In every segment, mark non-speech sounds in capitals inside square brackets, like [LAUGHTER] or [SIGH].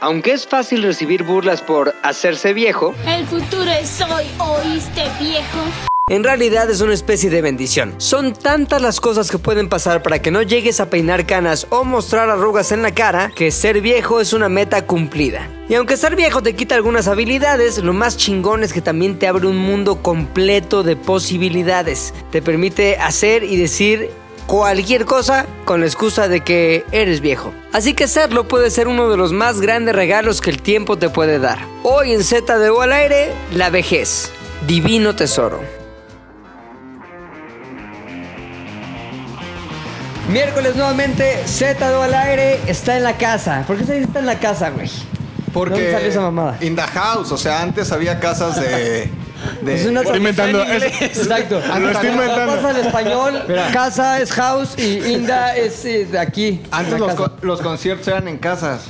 Aunque es fácil recibir burlas por hacerse viejo, El futuro es hoy, oíste viejo. en realidad es una especie de bendición. Son tantas las cosas que pueden pasar para que no llegues a peinar canas o mostrar arrugas en la cara que ser viejo es una meta cumplida. Y aunque ser viejo te quita algunas habilidades, lo más chingón es que también te abre un mundo completo de posibilidades. Te permite hacer y decir cualquier cosa con la excusa de que eres viejo. Así que serlo puede ser uno de los más grandes regalos que el tiempo te puede dar. Hoy en Z de O al aire, la vejez, divino tesoro. Miércoles nuevamente, Z de O al aire está en la casa. ¿Por qué se dice está en la casa, güey? Eh, Porque. ¿Dónde salió esa mamada? In the house. O sea, antes había casas [LAUGHS] de. de- Es una Estoy inventando. es- Exacto. Lo estoy inventando. Pasa al español, [LAUGHS] casa es house y Inda es eh, de aquí. Antes La los, casa. co- los conciertos eran en casas.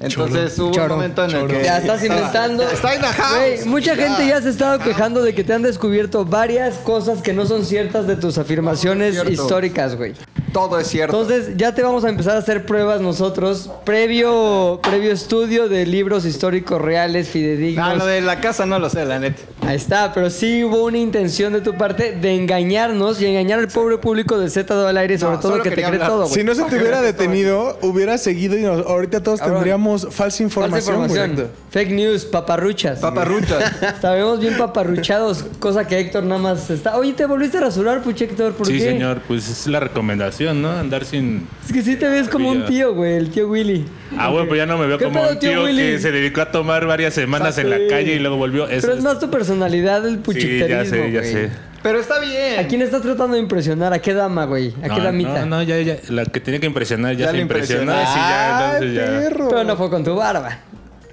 Entonces hubo Choro. un momento en el que. Ya estás estaba- inventando. Está in the house. Güey, mucha gente ya se ha estado quejando de que te han descubierto varias cosas que no son ciertas de tus afirmaciones Cierto. históricas, güey. Todo es cierto. Entonces, ya te vamos a empezar a hacer pruebas nosotros, previo, previo estudio de libros históricos reales, fidedignos. Ah, lo de la casa no lo sé, la neta. Ahí está, pero sí hubo una intención de tu parte de engañarnos y engañar al pobre público de Z al aire, sobre No, todo solo que te quería cree hablar. todo, güey. Si no se te hubiera detenido, hubiera seguido y nos- ahorita todos Cabrón. tendríamos falsa Falsa información. güey. información. Fake news, paparruchas. Paparruchas. [LAUGHS] Estábamos bien paparruchados, cosa que Héctor nada más está. Oye, te volviste a rasurar, puche Héctor, ¿por Sí, qué? señor, pues es la recomendación, ¿no? Andar sin. Es que sí te ves como un Ya. tío, güey, el tío Willy. Ah, bueno, pues ya no me veo ¿Qué como pedo, un tío tío Willy? que se dedicó a tomar varias semanas en la calle y luego volvió. Es- Pero es más tu personalidad el Sí, ya puchicterismo, sé, ya güey. sé. Pero está bien. ¿A quién estás tratando de impresionar? ¿A qué dama, güey? ¿A qué no, damita? no, no, ya, ya. La que tenía que impresionar ya, Ya se le impresionó. impresionó. sí, ya, Ah, ¡Ay, entonces ya. perro! Pero no fue con tu barba.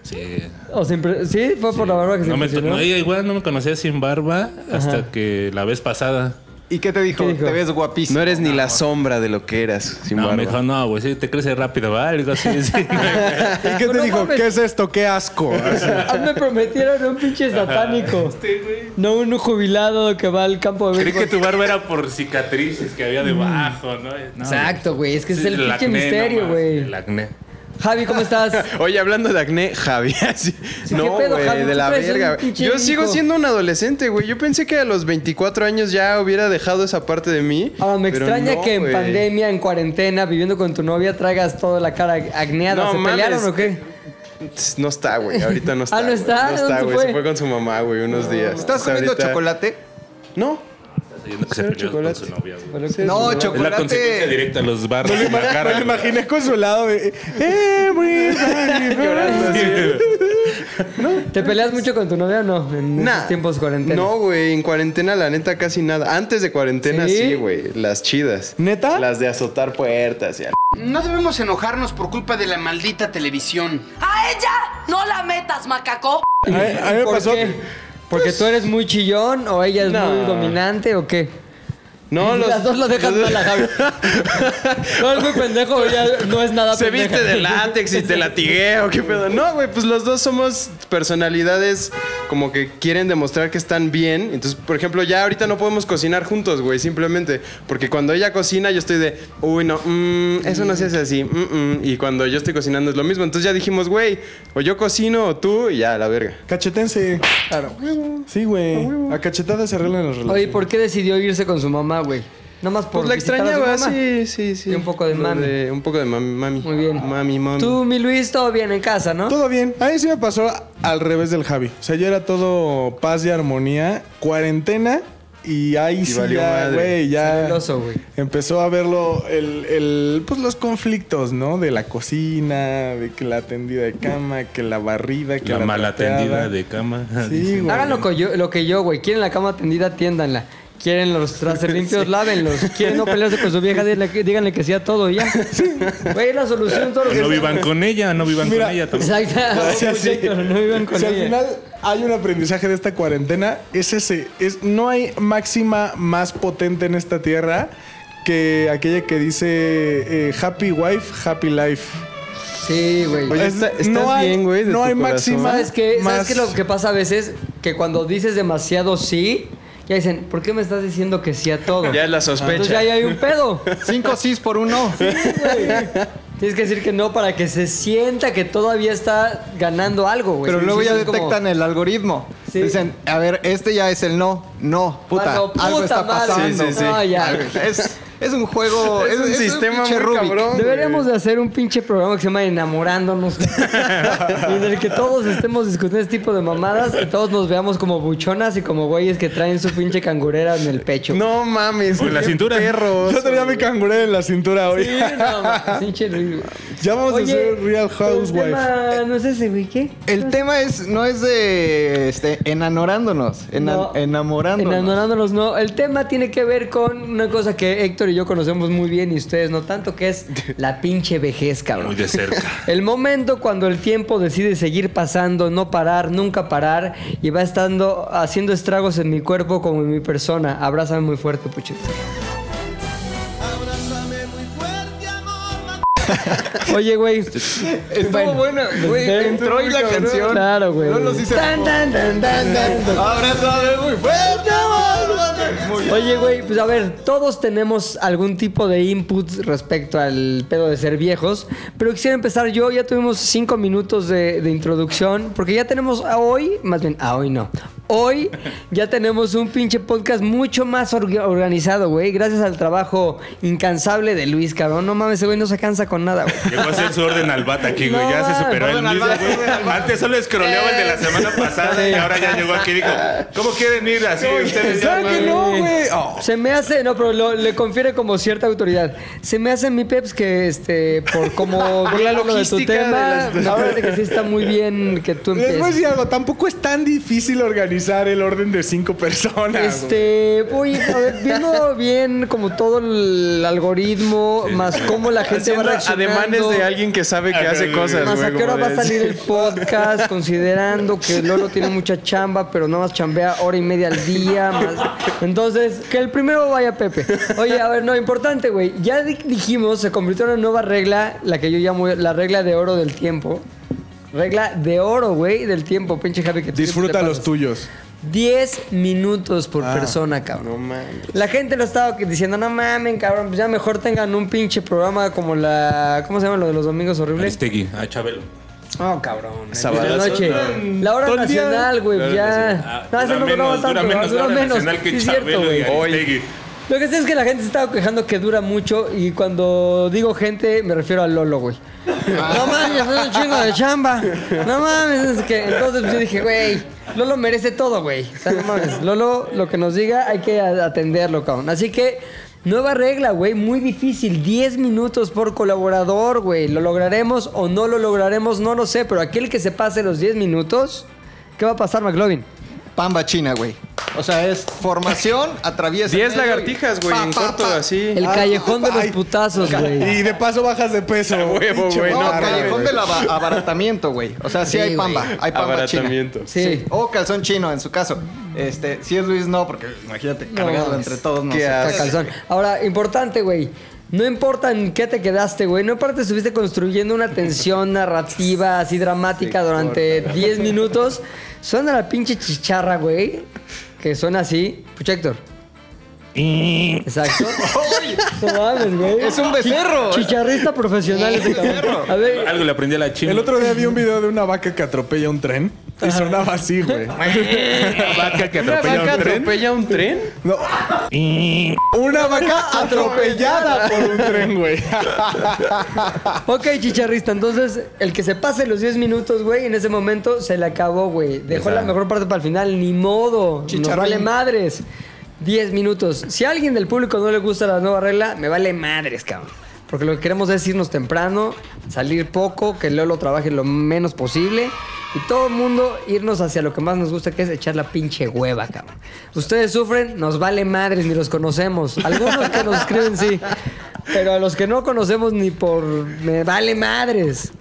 Sí. O se impre- Sí, fue por la barba que se No me, impresionó. no, ella igual no me conocía sin barba hasta que la vez pasada. ¿Y qué te dijo? ¿Qué dijo? Te ves guapísimo. No eres ni la sombra de lo que eras, sin No, me barba. dijo, no, güey, sí, te crece rápido, ¿va? Algo así. [LAUGHS] sí. ¿Y qué te No dijo? mames. ¿Qué es esto? ¡Qué asco! Así. Ah, A mí [LAUGHS] me prometieron un pinche satánico. No un jubilado que va al campo de Creí béisbol. que tu barba era por cicatrices que había debajo, ¿no? No, Exacto, güey, es que ese es el Sí, pinche acné, misterio, no más, güey. El acné. Javi, ¿cómo [LAUGHS] estás? [LAUGHS] Oye, hablando de acné, Javi, [LAUGHS] así. Sí, No, ¿qué pedo, Javi? güey, Tú de la pareces un verga. pinche Yo sigo hijo. siendo un adolescente, güey. Yo pensé que a los 24 años ya hubiera dejado esa parte de mí. Ahora, Ah, me pero extraña no, que en güey. pandemia, en cuarentena, viviendo con tu novia, traigas toda la cara acneada. No ¿Se pelearon mames. o qué? Tss, No está, güey. Ahorita [LAUGHS] no está. Ah, ¿no güey. está? No ¿Dónde está, se güey. fue? Se fue con su mamá, güey, unos días. ¿Estás Hasta comiendo ahorita- chocolate? No. Yendo que se Cero peleó chocolate. Con su novia, No, güey. Es la consecuencia chocolate. directa a los barros en la cara. Me lo güey. imaginé con su lado de... "Eh, "Everybody hurts". ¿Te peleas mucho con tu novia o no? En Nah. esos tiempos cuarentena. No, güey. En cuarentena, la neta, casi nada. Antes de cuarentena, ¿Sí? sí, güey. Las chidas. ¿Neta? Las de azotar puertas y a No debemos enojarnos por culpa de la maldita televisión. ¡A ella! ¡No la metas, macaco! A mí- a mí me ¿Por pasó... qué? ¿Porque tú eres muy chillón o ella es No. muy dominante o qué? No, [LAUGHS] los- Las dos lo [LAUGHS] dejan mal a Javi. No es muy pendejo, ella no es nada Se pendeja. viste de látex y te latigueo, qué pedo. No, güey, pues los dos somos personalidades como que quieren demostrar que están bien. Entonces, por ejemplo, ya ahorita no podemos cocinar juntos, güey, simplemente. Porque cuando ella cocina, yo estoy de, uy, no, mm, eso no se hace así. mm, mm". Y cuando yo estoy cocinando es lo mismo. Entonces ya dijimos, güey, o yo cocino o tú, y ya, la verga. Cachetense. Claro. Sí, güey. A cachetadas se arreglan las Oye, relaciones. ¿por qué decidió irse con su mamá, güey? Nada más por Pues la visitar a su extrañaba, mamá. sí, sí, sí. Y un poco de Lo mami. un poco de mami, mami. Muy bien. Mami, mami. Tú, mi Luis, todo bien en casa, ¿no? Todo bien. A mí sí me pasó al revés del Javi. O sea, yo era todo paz y armonía, cuarentena y ahí sí valió ya, madre. güey, ya Celoso, güey. empezó a verlo el, el, pues los conflictos, ¿no? De la cocina, de que la tendida de cama, que la barrida, que la, La mala trapeada. tendida de cama. Sí, güey. Hagan lo que, yo, lo que yo, güey. Quieren la cama tendida, atiéndanla. Quieren los trastes limpios, lávenlos. Quieren no pelearse con su vieja, díganle que- díganle que sí a todo y ya. Güey, es la solución todo lo que No vivan con ella, no vivan Mira, con ella tampoco. Exacto. [LAUGHS] Sí, así. Ah, Perfecto, No vivan con si ella. al final hay un aprendizaje de esta cuarentena, es ese. Es, no hay máxima más potente en esta tierra que aquella que dice eh, Happy Wife, Happy Life. Sí, güey. Oye, Es- ¿está- estás hay- bien, güey, de No tu hay corazón? máxima. ¿Sabes qué? ¿Sabes más- qué lo que pasa a veces? Que cuando dices demasiado sí, ya dicen, ¿por qué me estás diciendo que sí a todo? Ya es la [LAUGHS] sospecha. Entonces ya ahí hay un pedo. Cinco sís por uno. Tienes que decir que no para que se sienta que todavía está ganando algo, güey. Pero Pues Sí, luego sí, ya es como- detectan el algoritmo. Sí. Dicen, a ver, este ya es el no, no, puta, Bueno, algo puta está madre. pasando. Sí, sí, sí. No, ya. Algo- Es, es un juego, [LAUGHS] Es es, un es sistema pinche muy Rubik. cabrón. Deberíamos de hacer un pinche programa que se llama [LAUGHS] Enamorándonos. güey. en el que todos estemos discutiendo este tipo de mamadas y todos nos veamos como buchonas y como güeyes que traen su pinche cangurera en el pecho. No mames, Con la qué cintura. [LAUGHS] perros. Yo tenía mi cangurera en la cintura hoy. Sí, no, mames, pinche Luis, güey. Ya vamos Oye, a hacer Real pero el Housewife. tema No es ese, güey, ¿qué? El tema es, no es de este, enamorándonos, ena- No. enamorándonos. Enamorándonos, no. El tema tiene que ver con una cosa que Héctor y yo conocemos muy bien y ustedes no tanto, [LAUGHS] que es la pinche vejez, Muy cabrón. de cerca. El momento cuando el tiempo decide seguir pasando, no parar, nunca parar, y va estando haciendo estragos en mi cuerpo como en mi persona. Abrázame muy fuerte, puchito. Oye, güey. Estuvo bueno, güey, Ve- entró y la canción. Claro, güey. No los hice. Tan, tan, tan, tan, tan, tan. Ahora sabe muy fuerte, amor. Muy bien. Oye, güey, pues a ver, todos tenemos algún tipo de input respecto al pedo de ser viejos, pero quisiera empezar yo, ya tuvimos cinco minutos de, de introducción, porque ya tenemos a hoy, más bien, a hoy no. Hoy ya tenemos un pinche podcast mucho más orga- organizado, güey, gracias al trabajo incansable de Luis, cabrón. No mames, ese güey no se cansa con nada, güey. Llegó a hacer su orden al bata aquí, güey. ya No, se superó el orden al mismo, bata, orden al güey. bata. Antes solo escroleaba el de la semana pasada y ahora ya llegó aquí y dijo, ¿cómo quieren ir así? Ustedes ya, ¿Saben que mames". no, güey? Oh. Se me hace, no, pero lo- le confiere como cierta autoridad. Se me hace mi peps que, este, por como [LAUGHS] Por la vi lo logística de las- la verdad es que sí está muy bien que tú Les voy a empieces. decir algo, tampoco es tan difícil organizar el orden de cinco personas. Este, voy a ver, viendo bien como todo el algoritmo, más cómo la gente va Haciendo reaccionando. ademanes de alguien que sabe que Ah, hace no, cosas, no, Más güey. a qué hora como va a de- salir el podcast, considerando que Lolo tiene mucha chamba, pero nada más chambea hora y media al día. más- Entonces, que el primero vaya Pepe. Oye, a ver, no, importante, güey. Ya di- dijimos, se convirtió en una nueva regla, la que yo llamo la regla de oro del tiempo. Regla de oro, güey, del tiempo, pinche Javi. Que tú siempre Disfruta te los pasas. tuyos. 10 minutos por persona, cabrón. La gente lo estaba que- diciendo, no mamen, cabrón, pues ya mejor tengan un pinche programa como la. ¿Cómo se llama lo de los domingos horribles? Aristegui, a Chabelo. No, cabrón. eh. Sabadazo, La noche. no. La hora Oh, Todo el día. nacional, güey, La hora ya. Ah, No, ese dura no duraba menos, tanto, dura menos la dura hora menos. nacional Sí, que es cierto, Chabelo y güey. Aristegui. Lo que sé es que la gente se estaba quejando que dura mucho y cuando digo gente me refiero a Lolo, güey. No mames, es un chingo de chamba. No mames, es que entonces pues, yo dije, güey, Lolo merece todo, güey. O sea, no mames, Lolo lo que nos diga hay que a- atenderlo, cabrón. Así que nueva regla, güey, muy difícil, 10 minutos por colaborador, güey. ¿Lo lograremos o no lo lograremos? No lo sé, pero aquel que se pase los 10 minutos, ¿qué va a pasar, McLovin? Pamba china, güey. O sea, es formación, [LAUGHS] atraviesa. Diez el medio y- lagartijas, güey, pa, en pa, corto, pa. así. El callejón de los Ay. putazos, güey. Y de paso bajas de [LAUGHS] peso. huevo, Pinche güey, No, no, barra, callejón güey. del aba- abaratamiento, güey. O sea, sí, Sí, hay güey. pamba, hay pamba china. Abaratamiento. Sí. O calzón chino, en su caso. Este, si es Luis, no, porque imagínate, cargado mames. entre todos, no Qué sé. Saca calzón. Ahora, importante, güey. No importa en qué te quedaste, güey. No importa si estuviste construyendo una tensión narrativa así dramática durante 10 minutos. Suena la pinche chicharra, güey. Que suena así. Pucha, Héctor. [LAUGHS] Exacto. No mames, güey. Es un becerro. Chicharrista profesional. ese cabrón. A ver, Algo le aprendí a la china. El otro día vi un video de una vaca que atropella un tren y sonaba así, güey. vaca que ¿Una atropella vaca un tren. atropella un tren? No. Una vaca atropellada por un tren, güey. Ok, chicharrista, entonces el que se pase los 10 minutos, güey, en ese momento se le acabó, güey. Dejó Esa. la mejor parte para el final, ni modo. Nos Chicharrín. vale madres. 10 minutos. Si a alguien del público no le gusta la nueva regla, me vale madres, cabrón. Porque lo que queremos es irnos temprano, salir poco, que Lolo trabaje lo menos posible y todo el mundo irnos hacia lo que más nos gusta, que es echar la pinche hueva, cabrón. Ustedes sufren, nos vale madres, ni los conocemos. Algunos que nos escriben sí, pero a los que no conocemos ni por... me vale madres.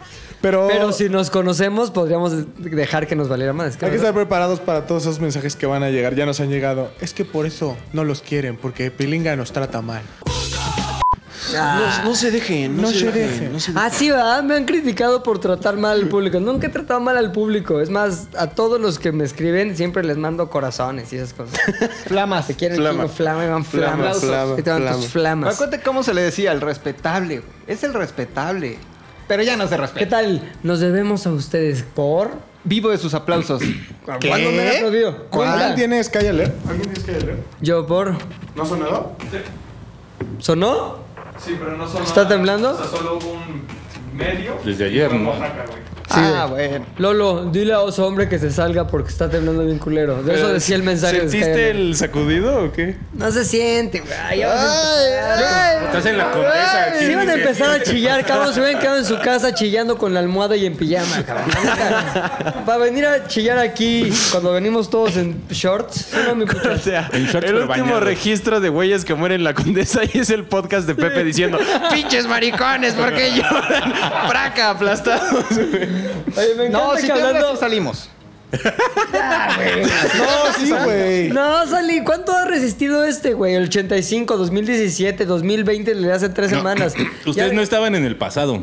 Pero, Pero si nos conocemos, podríamos dejar que nos valiera madres. hay que cabrón. estar preparados para todos esos mensajes que van a llegar. Ya nos han llegado. Es que por eso no los quieren, porque Pilinga nos trata mal. Ah. Pues No se dejen, no, se, dejen. no se- Ah, sí, ¿verdad? Me han criticado por tratar mal al público. Nunca he tratado mal al público. Es más, a todos los que me escriben siempre les mando corazones y esas cosas. [LAUGHS] Flamas. Te quieren Flama. flama. flama y van Flama, flamas. flama, Y te van tus flama. flamas. Acuérdate cómo se le decía, el respetable, güey. Es el respetable. Pero ya no se ¿Qué respeta. tal? Nos debemos a ustedes. Por vivo de sus aplausos. ¿Cuándo me han aplaudido? ¿Cuál ¿Cuándo? tiene Sky Alert? ¿Alguien tiene Sky Alert? Yo por. ¿No ha sonado? ¿Sonó? Sí, pero no sonó. ¿Está temblando? solo un medio. Desde ayer, ¿no? Ah, bueno. Lolo, dile a oso hombre que se salga porque está temblando bien culero. De eso decía el mensaje. de Sky ¿Sentiste Alert. el sacudido o qué? No se siente, güey. Ya vas a empezar. Estás en la condesa. aquí, Sí, van a dice. empezar a chillar, cabrón. Se hubieran quedado en su casa chillando con la almohada y en pijama, cabrón. La neta. Para venir a chillar aquí cuando venimos todos en shorts. No, mi puta. O sea, En el shorts, pero último bañados. registro de güeyes que mueren en la condesa y es el podcast de Pepe diciendo: [LAUGHS] ¡Pinches maricones! ¿Por qué lloran? ¡Praca, aplastados! Oye, me encanta No, si te que hablando... salimos. No, sí, güey. No, Sally, ¿cuánto ha resistido este, güey? El 85, 2017, 2020, le hace tres [CLEARS THROAT] semanas. Ustedes Ya- no estaban en el pasado.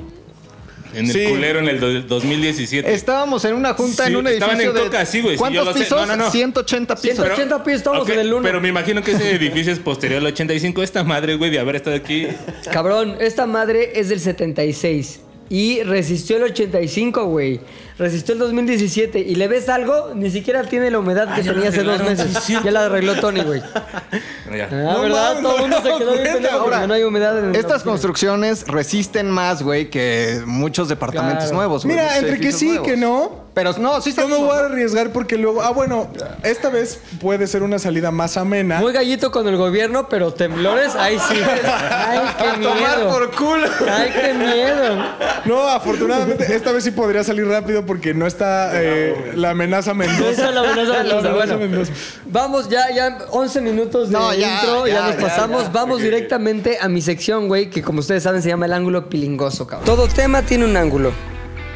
En el Sí. culero, en el do- 2017. Estábamos en una junta Sí, en un estaban edificio en de... Coca, sí, güey, sí, yo ¿Cuántos lo sé. pisos? No, no, no. 180 pisos. 180 pies, estamos Ok, en el 1. Pero me imagino que ese edificio es posterior al 85. Esta madre, güey, de haber estado aquí. Cabrón, esta madre es del 76. Y resistió el 85, güey. Resistió el 2017. Y le ves algo, ni siquiera tiene la humedad que ya la tenía hace dos arreglaron, sí, meses. es cierto. Ya la arregló Tony, güey. Bueno, ya. Ah, No ¿verdad? mames, Todo el no me mundo se quedó bien acuerdo. pendejo porque Ahora, no hay humedad en la Estas oficina. construcciones resisten más, güey, que muchos departamentos Claro. nuevos. güey, Mira, muchos entre que edificios sí, nuevos. que no. Pero no, sí Yo me salimos. voy a arriesgar porque luego. Ah, bueno, esta vez puede ser una salida más amena. Muy gallito con el gobierno, pero temblores, ahí sí. Ay, qué ¡Tomar miedo. por culo! Ay, qué miedo. No, afortunadamente, esta vez sí podría salir rápido porque no está eh, la amenaza Mendoza. Esa es la amenaza [LAUGHS] de Mendoza. amenaza Bueno, vamos ya, ya 11 minutos de No, ya, intro, ya, ya, nos ya, pasamos. Vamos directamente a mi sección, güey, que como ustedes saben se llama el ángulo pilingoso, cabrón. Todo tema tiene un ángulo,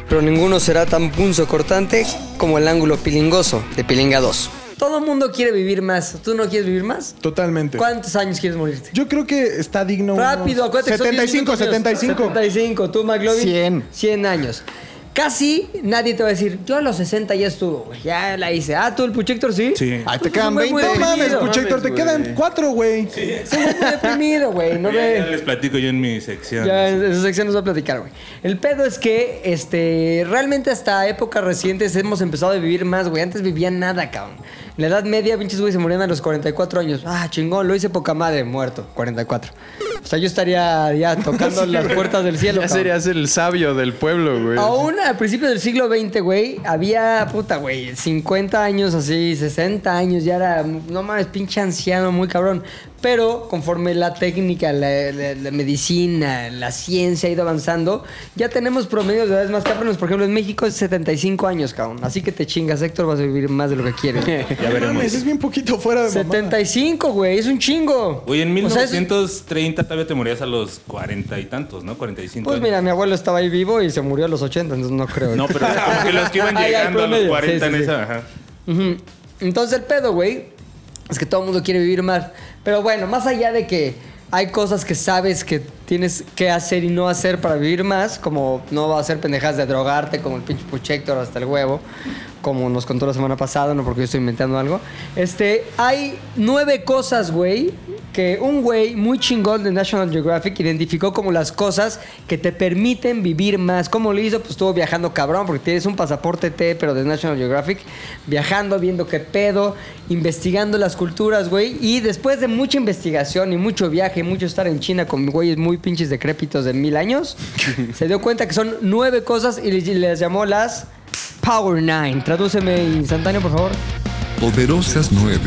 pero ninguno será tan punzo cortante como el ángulo pilingoso de Pilinga 2. Todo mundo quiere vivir más. ¿Tú no quieres vivir más? Totalmente. ¿Cuántos años quieres morirte? Yo creo que está digno. unos Rápido, acuérdate. que son 75, 10 minutos, 75. 75, tú, McLovin. 100. 100 años. Casi nadie te va a decir, yo a los 60 ya estuvo, güey, ya la hice. Ah, tú, el Puchector, sí. Sí. Ahí te Pues quedan es un güey 20. muy No mames, deprimido. Puchector, te quedan cuatro, güey. Es un güey muy deprimido, güey. No Ya- ya ve. les platico yo en mi sección. Ya en en su sección nos va a platicar, güey. El pedo es que, este, realmente hasta épocas recientes hemos empezado a vivir más, güey. Antes vivían nada, cabrón. En la Edad Media, pinches güey, se morían a los 44 años. Ah, chingón, lo hice poca madre, muerto, 44. O sea, yo estaría ya tocando las puertas del cielo, Ya cabrón. serías el sabio del pueblo, güey. Aún al principio del siglo XX, güey, había, puta, güey, 50 años así, 60 años, ya era, no mames, pinche anciano, muy cabrón. Pero conforme la técnica, la, la- la medicina, la ciencia ha ido avanzando, ya tenemos promedios de edades más cabrones. Por ejemplo, en México es 75 años, cabrón. Así que te chingas, Héctor, vas a vivir más de lo que quieres. [LAUGHS] Ya No veremos. mames, Pues es bien poquito fuera de mamada. 75, güey, es un chingo. Oye, en O sea, es- 1930 todavía te morías a los cuarenta y tantos, ¿no? 45 Pues años. mira, mi abuelo estaba ahí vivo y se murió a los 80, entonces no creo. No, [LAUGHS] pero es como que los que iban Ay, ay, llegando a los promedio. 40 Sí, sí, en sí. esa. Ajá. Ujú. Entonces el pedo, güey, es que todo el mundo quiere vivir más. Pero bueno, más allá de que hay cosas que sabes que tienes que hacer y no hacer para vivir más, como no va a hacer pendejadas de drogarte, como el pinche Puchector hasta el huevo, como nos contó la semana pasada, no porque yo estoy inventando algo. Este, hay nueve cosas, güey, que un güey muy chingón de National Geographic identificó como las cosas que te permiten vivir más. ¿Cómo lo hizo? Pues estuvo viajando cabrón, porque tienes un pasaporte T, pero de National Geographic, viajando, viendo qué pedo, investigando las culturas, güey. Y después de mucha investigación y mucho viaje, y mucho estar en China con güeyes muy pinches decrépitos de mil años, se dio cuenta que son nueve cosas y les, les llamó las Power Nine. Tradúceme instantáneo, por favor. Poderosas 9.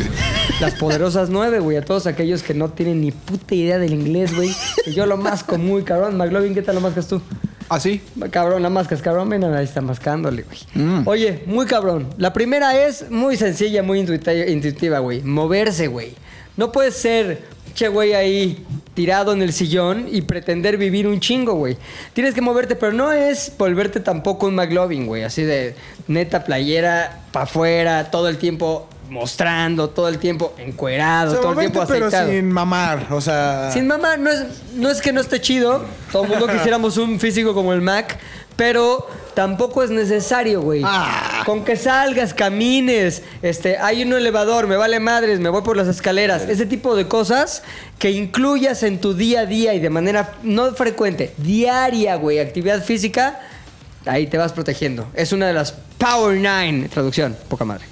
Las poderosas nueve, güey. A todos aquellos que no tienen ni puta idea del inglés, güey. Que Yo lo masco muy, cabrón. McLovin, ¿qué tal lo mascas tú? Así. Cabrón, la mascas, cabrón. Ven, ahí está mascándole, güey. Mm. Oye, muy cabrón. La primera es muy sencilla, muy intuita- intuitiva, güey. Moverse, güey. No puedes ser, che, güey, ahí tirado en el sillón y pretender vivir un chingo, güey. Tienes que moverte, pero no es volverte tampoco un McLovin, güey. Así de neta playera para afuera, todo el tiempo mostrando, todo el tiempo encuerado, O sea, todo el tiempo moverte, pero aceitado. sin mamar. O sea. Sin mamá, no es, no es que no esté chido. Todo el mundo quisiéramos un físico como el Mac. Pero Tampoco es necesario, güey. Con que salgas, camines, este, hay un elevador, me vale madres, me voy por las escaleras. Ese tipo de cosas que incluyas en tu día a día y de manera no frecuente, diaria, güey, actividad física, ahí te vas protegiendo. Es una de las Power Nine, traducción, poca madre.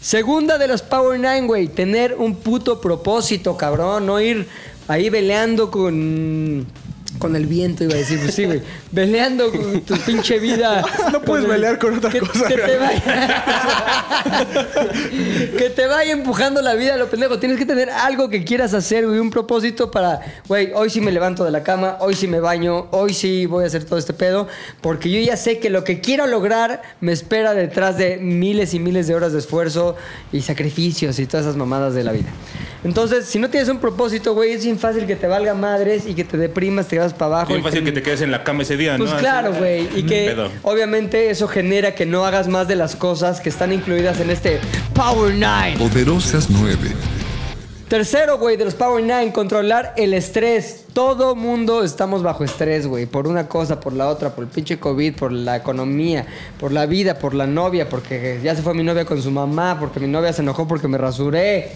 Segunda de las Power Nine, güey, tener un puto propósito, cabrón, no ir ahí veleando con con el viento iba a decir, pues sí, güey, veleando con tu pinche vida. [LAUGHS] No puedes el- pelear con otra que, cosa. que te güey. vaya, [LAUGHS] que te vaya empujando la vida, lo pendejo. Tienes que tener algo que quieras hacer, güey, un propósito para, güey, hoy sí me levanto de la cama, hoy sí me baño, hoy sí voy a hacer todo este pedo, porque yo ya sé que lo que quiero lograr me espera detrás de miles y miles de horas de esfuerzo y sacrificios y todas esas mamadas de la vida. Entonces, si no tienes un propósito, güey, es bien fácil que te valga madres y que te deprimas, te vas para abajo. Bien y fácil que te quedes en la cama ese día, pues ¿no? Así. claro, güey. Y Mm, que pedo. obviamente eso genera que no hagas más de las cosas que están incluidas en este Power 9. Poderosas 9. Tercero, güey, de los Power 9, controlar el estrés. Todo mundo estamos bajo estrés, güey. Por una cosa, por la otra, por el pinche COVID, por la economía, por la vida, por la novia, porque ya se fue mi novia con su mamá, porque mi novia se enojó porque me rasuré.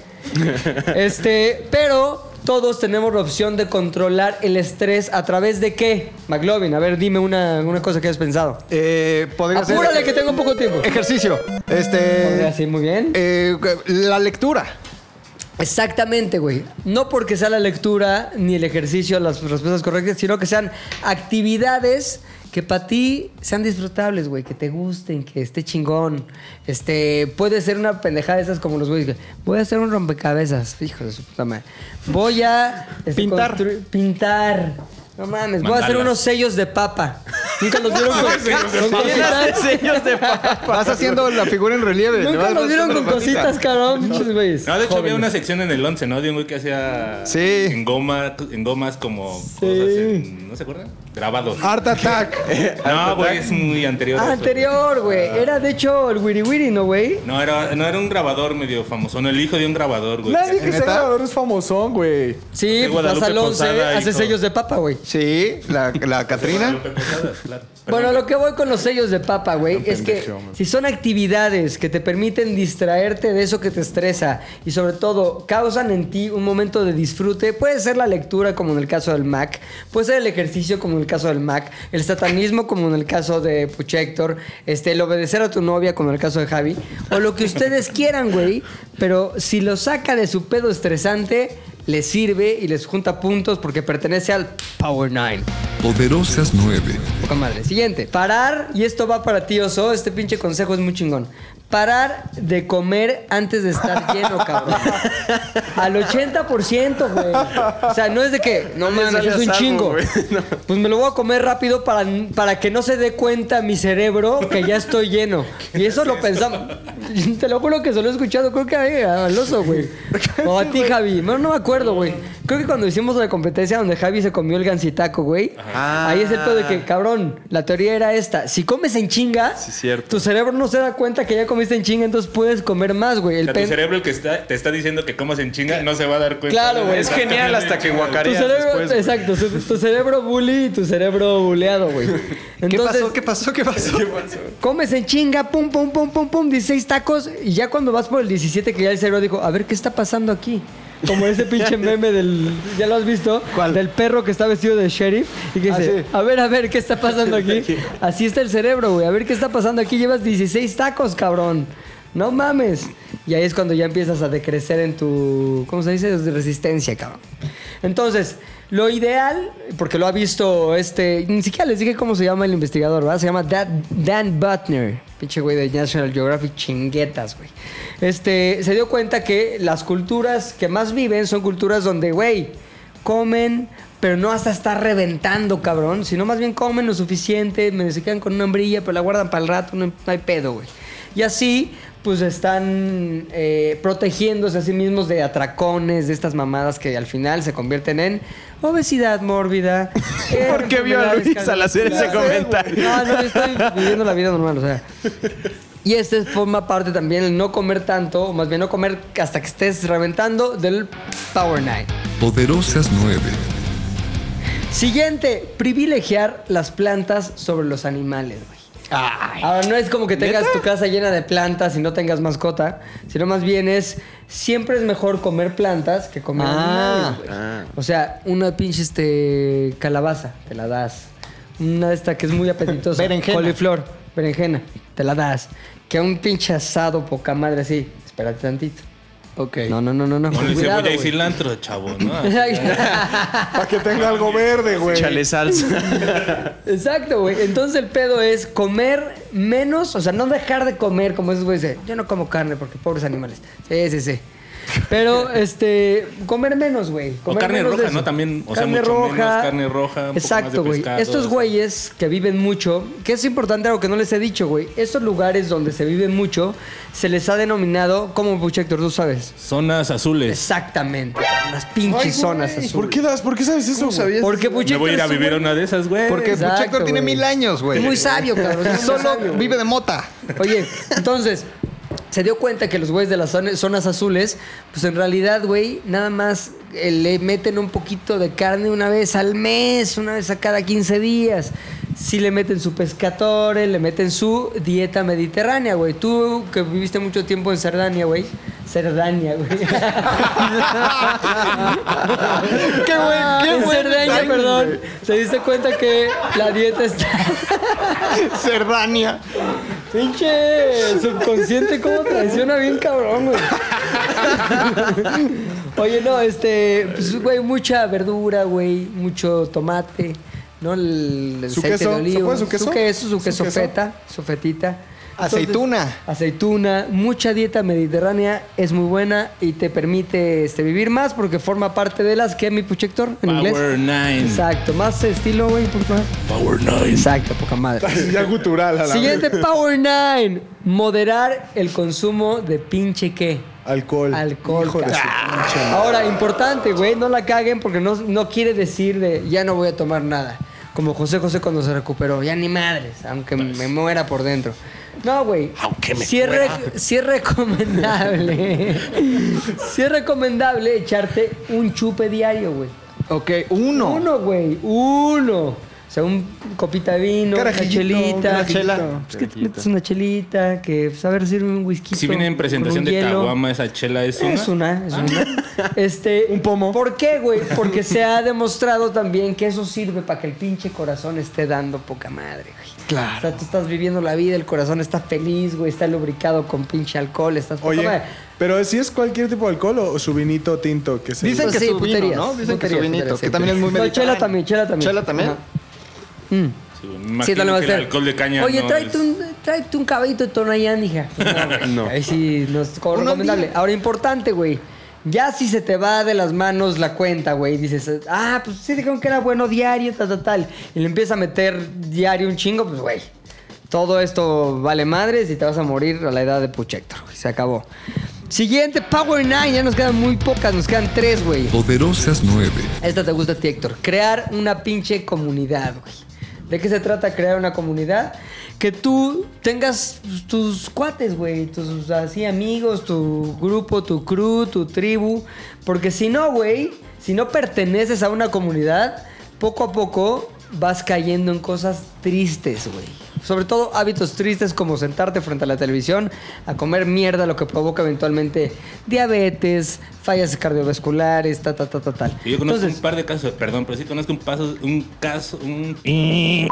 este, pero todos tenemos la opción de controlar el estrés a través de qué? McLovin, a ver, dime una, una cosa que has pensado. Eh, podría ser- Apúrale que tengo poco tiempo. [LAUGHS] Ejercicio. Este. Podría ser, muy bien. eh, la lectura. Exactamente, güey. No porque sea la lectura ni el ejercicio las respuestas correctas, sino que sean actividades que para ti sean disfrutables, güey, que te gusten, que esté chingón. Este, puede ser una pendejada de esas como los güeyes que voy a hacer un rompecabezas, hijo de su puta madre. Voy a este, Pintar. construir- pintar. No mames, voy a hacer Mandalas. unos sellos de papa. Nunca [LAUGHS] los vieron con, con cositas. Vas [LAUGHS] haciendo la figura en relieve. le Nunca vas los vieron con rascando la patita. cositas, cabrón, pinches güeyes. No, de hecho había Jóvenes. una sección en el 11, ¿no? De un güey que hacía Sí. en, goma, en gomas como cosas en- ¿No se acuerdan? Grabados. Art Attack. [LAUGHS] no, güey, es muy anterior. a Ah, eso. anterior, güey. Era de hecho el Wiri Wiri, ¿no, güey? No era, no era un grabador medio famoso, no, el hijo de un grabador, güey. Nadie que sea ¿Neta? grabador es famosón, güey. Sí, De pues Guadalupe al 11 Posada hace hizo- sellos de papa, güey. Sí, la, la Catrina. Guadalupe Posadas, claro. Bueno, lo que voy con los sellos de papa, güey, es que si son actividades que te permiten distraerte de eso que te estresa y sobre todo causan en ti un momento de disfrute, puede ser la lectura como en el caso del Mac, puede ser el ejercicio como en el caso del Mac, el satanismo como en el caso de Puchector, este, el obedecer a tu novia como en el caso de Javi, o lo que ustedes [LAUGHS] quieran, güey, pero si lo saca de su pedo estresante, les sirve y les junta puntos porque pertenece al Power Nine. Poderosas 9. Poca madre. Siguiente. Parar, y esto va para ti, oso. Este pinche consejo es muy chingón. Parar de comer antes de [LAUGHS] estar lleno, cabrón. Al 80%, güey. O sea, no es de que, no mames, sale es a un salvo, chingo. güey. [LAUGHS] No. Pues me lo voy a comer rápido para, para que no se dé cuenta mi cerebro que ya estoy lleno. Y eso lo pensamos. [LAUGHS] Te lo juro que se lo he escuchado, creo que a- al oso, güey. O a ti, Javi. No, no me acuerdo, güey. Creo que cuando hicimos la competencia donde Javi se comió el gansitaco, güey. Ahí es el pedo de que, cabrón, la teoría era esta. Si comes en chinga, Sí, cierto. tu cerebro no se da cuenta que ya comiste en chinga, entonces puedes comer más, güey. El O sea, tu pen- cerebro el que está, te está diciendo que comas en chinga no se va a dar cuenta. Claro, güey. Es genial hasta que Tu guacareas cerebro, después. güey. exacto, su- tu cerebro bully y tu cerebro buleado, güey. ¿Qué Entonces, pasó? ¿Qué pasó? ¿Qué pasó? [LAUGHS] comes en chinga, pum, pum, pum, pum, pum, 16 tacos y ya cuando vas por el 17 que ya el cerebro dijo, a ver, ¿qué está pasando aquí? Como ese pinche meme del, ¿ya lo has visto? Del perro que está vestido de sheriff y que dice, a ver, a ver, ¿qué está pasando aquí? Así está el cerebro, güey, a ver, ¿qué está pasando aquí? Llevas 16 tacos, cabrón. No mames. Y ahí es cuando ya empiezas a decrecer en tu, ¿cómo se dice? Resistencia, cabrón. Entonces, lo ideal, porque lo ha visto este, ni siquiera les dije cómo se llama el investigador, ¿verdad? Se llama Dan, Dan Butner, pinche güey de National Geographic, chinguetas, güey. Este, se dio cuenta que las culturas que más viven son culturas donde, güey, comen, pero no hasta estar reventando, cabrón, sino más bien comen lo suficiente, me- se quedan con una hembrilla, pero la guardan para el rato, no, no hay pedo, güey. Y así, pues están eh, protegiéndose a sí mismos de atracones, de estas mamadas que al final se convierten en obesidad mórbida. [LAUGHS] ¿Por qué vio a enfermedades Luis al hacer ese comentario? No, no, yo estoy viviendo la vida normal, o sea. Y este forma parte también el no comer tanto, o más bien no comer hasta que estés reventando del Power Night. Poderosas 9. Siguiente, privilegiar las plantas sobre los animales, güey. Ahora, no es como que tengas tu casa llena de plantas y no tengas mascota, sino más bien es siempre es mejor comer plantas que comer Ah. animales, güey. O sea, una pinche este, calabaza, te la das. Una de estas que es muy apetitosa. [LAUGHS] Berenjena. Coliflor, berenjena, te la das. Que un pinche asado, poca madre, así. Espérate tantito. Ok. No, no, no, no, no. Ponle Cuidado, cebolla y güey. cilantro, chavo, ¿no? [LAUGHS] [LAUGHS] Para que tenga algo verde, güey. Chale salsa. [LAUGHS] Exacto, güey. Entonces el pedo es comer menos, o sea, no dejar de comer, como esos güeyes de, yo no como carne porque pobres animales. Sí, sí, sí. [LAUGHS] Pero, este, comer menos, güey. O comer carne menos de roja, eso. ¿no? También, o sea, mucho menos carne roja, un poco más de Exacto, güey. pescado, Estos así. güeyes que viven mucho, que es importante algo que no les he dicho, güey. Estos lugares donde se vive mucho, se les ha denominado, como Puchector, tú sabes. Zonas azules. Exactamente. Las pinches Ay, zonas güey, azules. ¿Por qué, das, ¿Por qué sabes eso? güey? Porque Me Puchector voy a ir a es un vivir a güey- una de esas, güey. Porque Exacto, Puchector tiene güey. mil años, güey. Es muy sabio, cabrón. es muy Solo sabio, güey. vive de mota. Oye, entonces, se dio cuenta que los güeyes de las zone- zonas azules, pues en realidad, güey, nada más eh, le meten un poquito de carne una vez al mes, una vez a cada 15 días. Sí le meten su pescatore, le meten su dieta mediterránea, güey. Tú que viviste mucho tiempo en Cerdania, güey. Cerdania, [LAUGHS] güey. Qué buen- qué Ah, En buen Cerdeña, timing, perdón. ¿Te diste cuenta que la dieta está. Cerdania. Pinche subconsciente, cómo traiciona bien cabrón, güey. Oye, no, este, pues, güey, mucha verdura, güey, mucho tomate, ¿no? El ¿Su aceite queso? de oliva. ¿Se puede su queso? Su queso, su ¿Su queso queso? feta, su fetita. Entonces, Aceituna. aceituna, mucha dieta mediterránea es muy buena y te permite este, vivir más porque forma parte de las que mi puchector en Power inglés. Nine. Exacto, más estilo, güey, por favor. Power Nine. Exacto, poca madre. Ya gutural a la Siguiente vez. Power 9. Moderar el consumo de pinche qué. Alcohol. Alcohol. Hijo de su cabrón. pinche madre. Ahora, importante, güey, no la caguen porque no, no quiere decir de ya no voy a tomar nada. Como José José cuando se recuperó, ya ni madres, aunque me muera por dentro. No, güey. Pues. Aunque me sí es, re- sí [LAUGHS] es recomendable. sí es recomendable echarte un chupe diario, güey. Ok, uno. Uno, güey. Uno. O sea, un copita de vino, una Carajillito, chelita. una chela. Pues que te metes una chelita, que pues, a ver, sirve un whisky. Si viene en presentación con un de hielo. Caguama, esa chela es una. Es una, es una. Ah. Este, un pomo. ¿Por qué, güey? Porque se ha demostrado también que eso sirve para que el pinche corazón esté dando poca madre, güey. Claro. O sea, tú estás viviendo la vida, el corazón está feliz, güey, está lubricado con pinche alcohol, estás poca Oye, madre. pero si es cualquier tipo de alcohol o su vinito tinto que se Dicen Pues que sí, su vino, puterías, ¿no? Dicen que puterías, su vinito, puterías, que sí. también es muy No, chela mediterráneo. también, chela también. Chela también. Ajá. Mm. Sí, me imagino Sí, que dale más el hacer. alcohol de caña. Oye, no tráete, es- un, tráete un caballito de [LAUGHS] Tonayán, hija. No. Ahí sí, no es como Uno al recomendable. día. Ahora, importante, güey. Ya si se te va de las manos la cuenta, güey, dices, ah, pues sí dijeron que era bueno diario, tal, tal, tal. Y le empieza a meter diario un chingo, pues, güey. Todo esto vale madres y te vas a morir a la edad de Puchector, güey. Se acabó. Siguiente, Power 9. Ya nos quedan muy pocas, nos quedan tres, güey. Poderosas 9. Esta te gusta a ti, Héctor. Crear una pinche comunidad, güey. ¿De qué se trata crear una comunidad? Que tú tengas tus cuates, güey, tus así amigos, tu grupo, tu crew, tu tribu. Porque si no, güey, si no perteneces a una comunidad, poco a poco vas cayendo en cosas tristes, güey. Sobre todo hábitos tristes como sentarte frente a la televisión a comer mierda, lo que provoca eventualmente diabetes, fallas cardiovasculares, ta, ta, ta, ta, tal. Yo conozco Entonces, un par de casos, perdón, pero sí conozco un, paso, un caso, un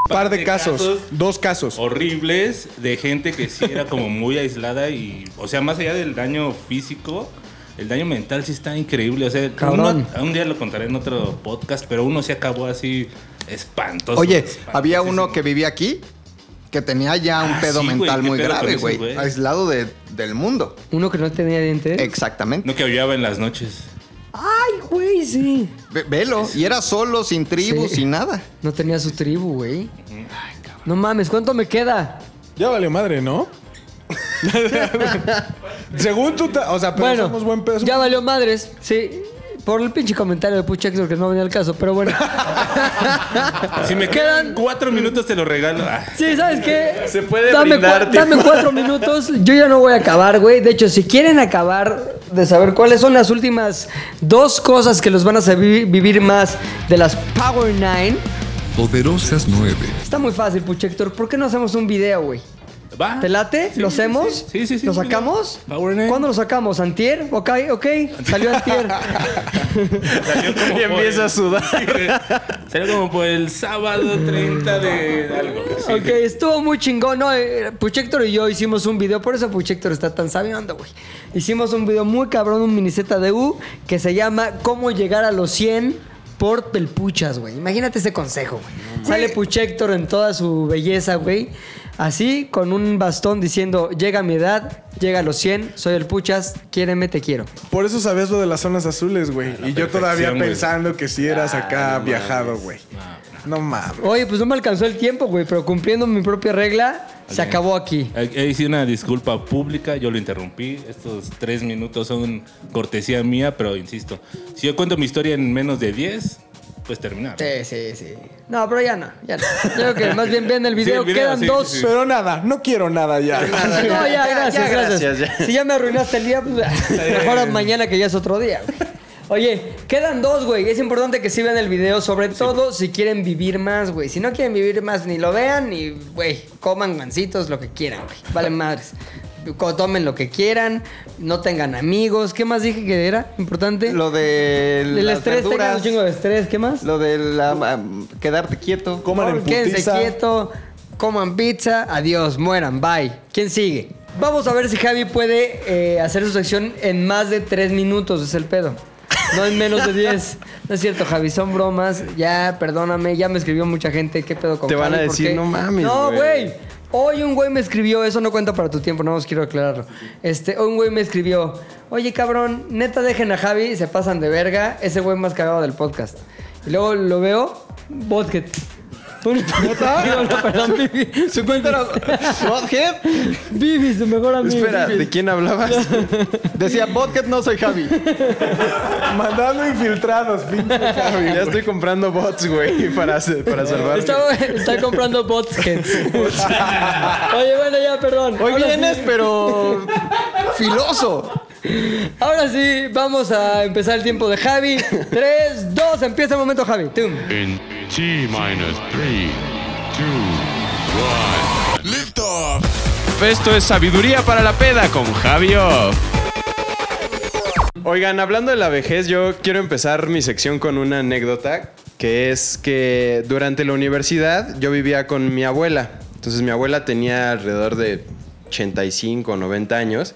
Par de casos, dos casos. horribles de gente que sí era como muy aislada y, o sea, más allá del daño físico, el daño mental sí está increíble. O sea, Cabrón. uno- un día lo contaré en otro podcast, pero uno se acabó así espantoso. Oye, espantosísimo. había uno que vivía aquí que tenía ya un Ah, pedo sí, güey, mental qué muy pedo con grave, esos güey. güeyes. Aislado de- del mundo. Uno que no tenía dientes. Exactamente. No que aullaba en las noches. Ay, güey, sí. Ve- Velo. Y era solo, sin tribu, Sí. sin nada. No tenía su tribu, güey. No mames, ¿cuánto me queda? Ya valió madre, ¿no? Según tú, ta- o sea, pero bueno, somos buen pedo. ya valió madres. Sí. Por el pinche comentario de Puchex, que no venía al caso, pero bueno. [LAUGHS] Ah. Si me quedan cuatro minutos te lo regalo. Ah, Sí, ¿sabes qué? Se puede dame, brindar cua- tiempo. dame [LAUGHS] cuatro minutos. Yo ya no voy a acabar, güey. De hecho, si quieren acabar de saber cuáles son las últimas dos cosas que los van a hacer vi- vivir más de las Power Nine, Poderosas 9. Está muy fácil, Puchector. ¿Por qué no hacemos un video, güey? ¿Va? ¿Te late? Sí, ¿Lo sí, hacemos? sí, sí, sí, sí, ¿Lo mira. sacamos? Power Name. ¿Cuándo lo sacamos? ¿Antier? Ok, ok. Salió Antier. [LAUGHS] Salió como Y por empieza [LAUGHS] a sudar. el- Salió como por el sábado 30 de algo. Sí. ok, estuvo muy chingón. No, Eh, Puchector y yo hicimos un video. Por eso Puchector está tan sabiendo, güey. Hicimos un video muy cabrón, un miniseta de U, que se llama ¿Cómo llegar a los 100 por pelpuchas, güey? Imagínate ese consejo, güey. Sale Puchector en toda su belleza, güey. Así, con un bastón diciendo, llega mi edad, llega a los 100, soy el puchas, quiéreme, te quiero. Por eso sabes lo de las zonas azules, güey. Y yo todavía perfección, güey. pensando que si eras acá viajado, güey. No mames. Oye, pues no me alcanzó el tiempo, güey, pero cumpliendo mi propia regla, se Ok. acabó aquí. Eh, eh, Hice una disculpa pública, yo lo interrumpí. Estos tres minutos son cortesía mía, pero insisto, si yo cuento mi historia en menos de 10, pues terminar. Sí, sí, sí. No, pero ya no, ya no. Yo creo que más bien vean el Sí, video. el video, Quedan sí, dos. sí, sí. Pero nada, no quiero nada ya. No, ya, gracias, ya, gracias. gracias, ya. Si ya me arruinaste el día, pues mejor mañana que ya es otro día. güey. Oye, quedan dos, güey. Es importante que sí vean el video, sobre todo si quieren vivir más, güey. Si no quieren vivir más, ni lo vean, ni, güey, coman gancitos, lo que quieran, güey. Vale madres. Co- Tomen lo que quieran, no tengan amigos. ¿Qué más dije que era importante? Lo de El las estrés, tengan un verduras, chingo de estrés. ¿Qué más? Lo de la, am, quedarte quieto. Coman en Oh, Quédense putiza. quieto, coman pizza, adiós, mueran, bye. ¿Quién sigue? Vamos a ver si Javi puede eh, hacer su sección en más de tres minutos, es el pedo. No en menos de 10. No es cierto, Javi, son bromas. Ya, perdóname, ya me escribió mucha gente. ¿Qué pedo con Te van a Javi? ¿Por decir, qué? "No mames, No, güey". güey. Hoy un güey me escribió, eso no cuenta para tu tiempo, no os quiero aclararlo. Este, hoy un güey me escribió, oye cabrón, neta dejen a Javi, se pasan de verga, ese güey más cagado del podcast. Y luego lo veo, Bosquet. [LAUGHS] Digo, no, [LAUGHS] perdón, Vivi. Su cuenta era- [LAUGHS] Bothead. Vivi, su mejor amigo. Espera, Vivi. ¿de quién hablabas? [LAUGHS] Decía, Botket no soy Javi. Mandando infiltrados, pinche Javi. ya estoy comprando bots, güey, para, hacer- para salvar. Está, está comprando [LAUGHS] Botsket. Oye, bueno, ya, perdón. Hoy Ahora vienes, sí- [LAUGHS] pero filoso. Ahora sí, vamos a empezar el tiempo de Javi. 3, 2, empieza el momento, Javi. Tum. En T minus 3, 2, 1. Lift off. Esto es Sabiduría para la Peda con Javio. Oigan, hablando de la vejez, yo quiero empezar mi sección con una anécdota, que es que durante la universidad yo vivía con mi abuela. Entonces mi abuela tenía alrededor de 85 o 90 años.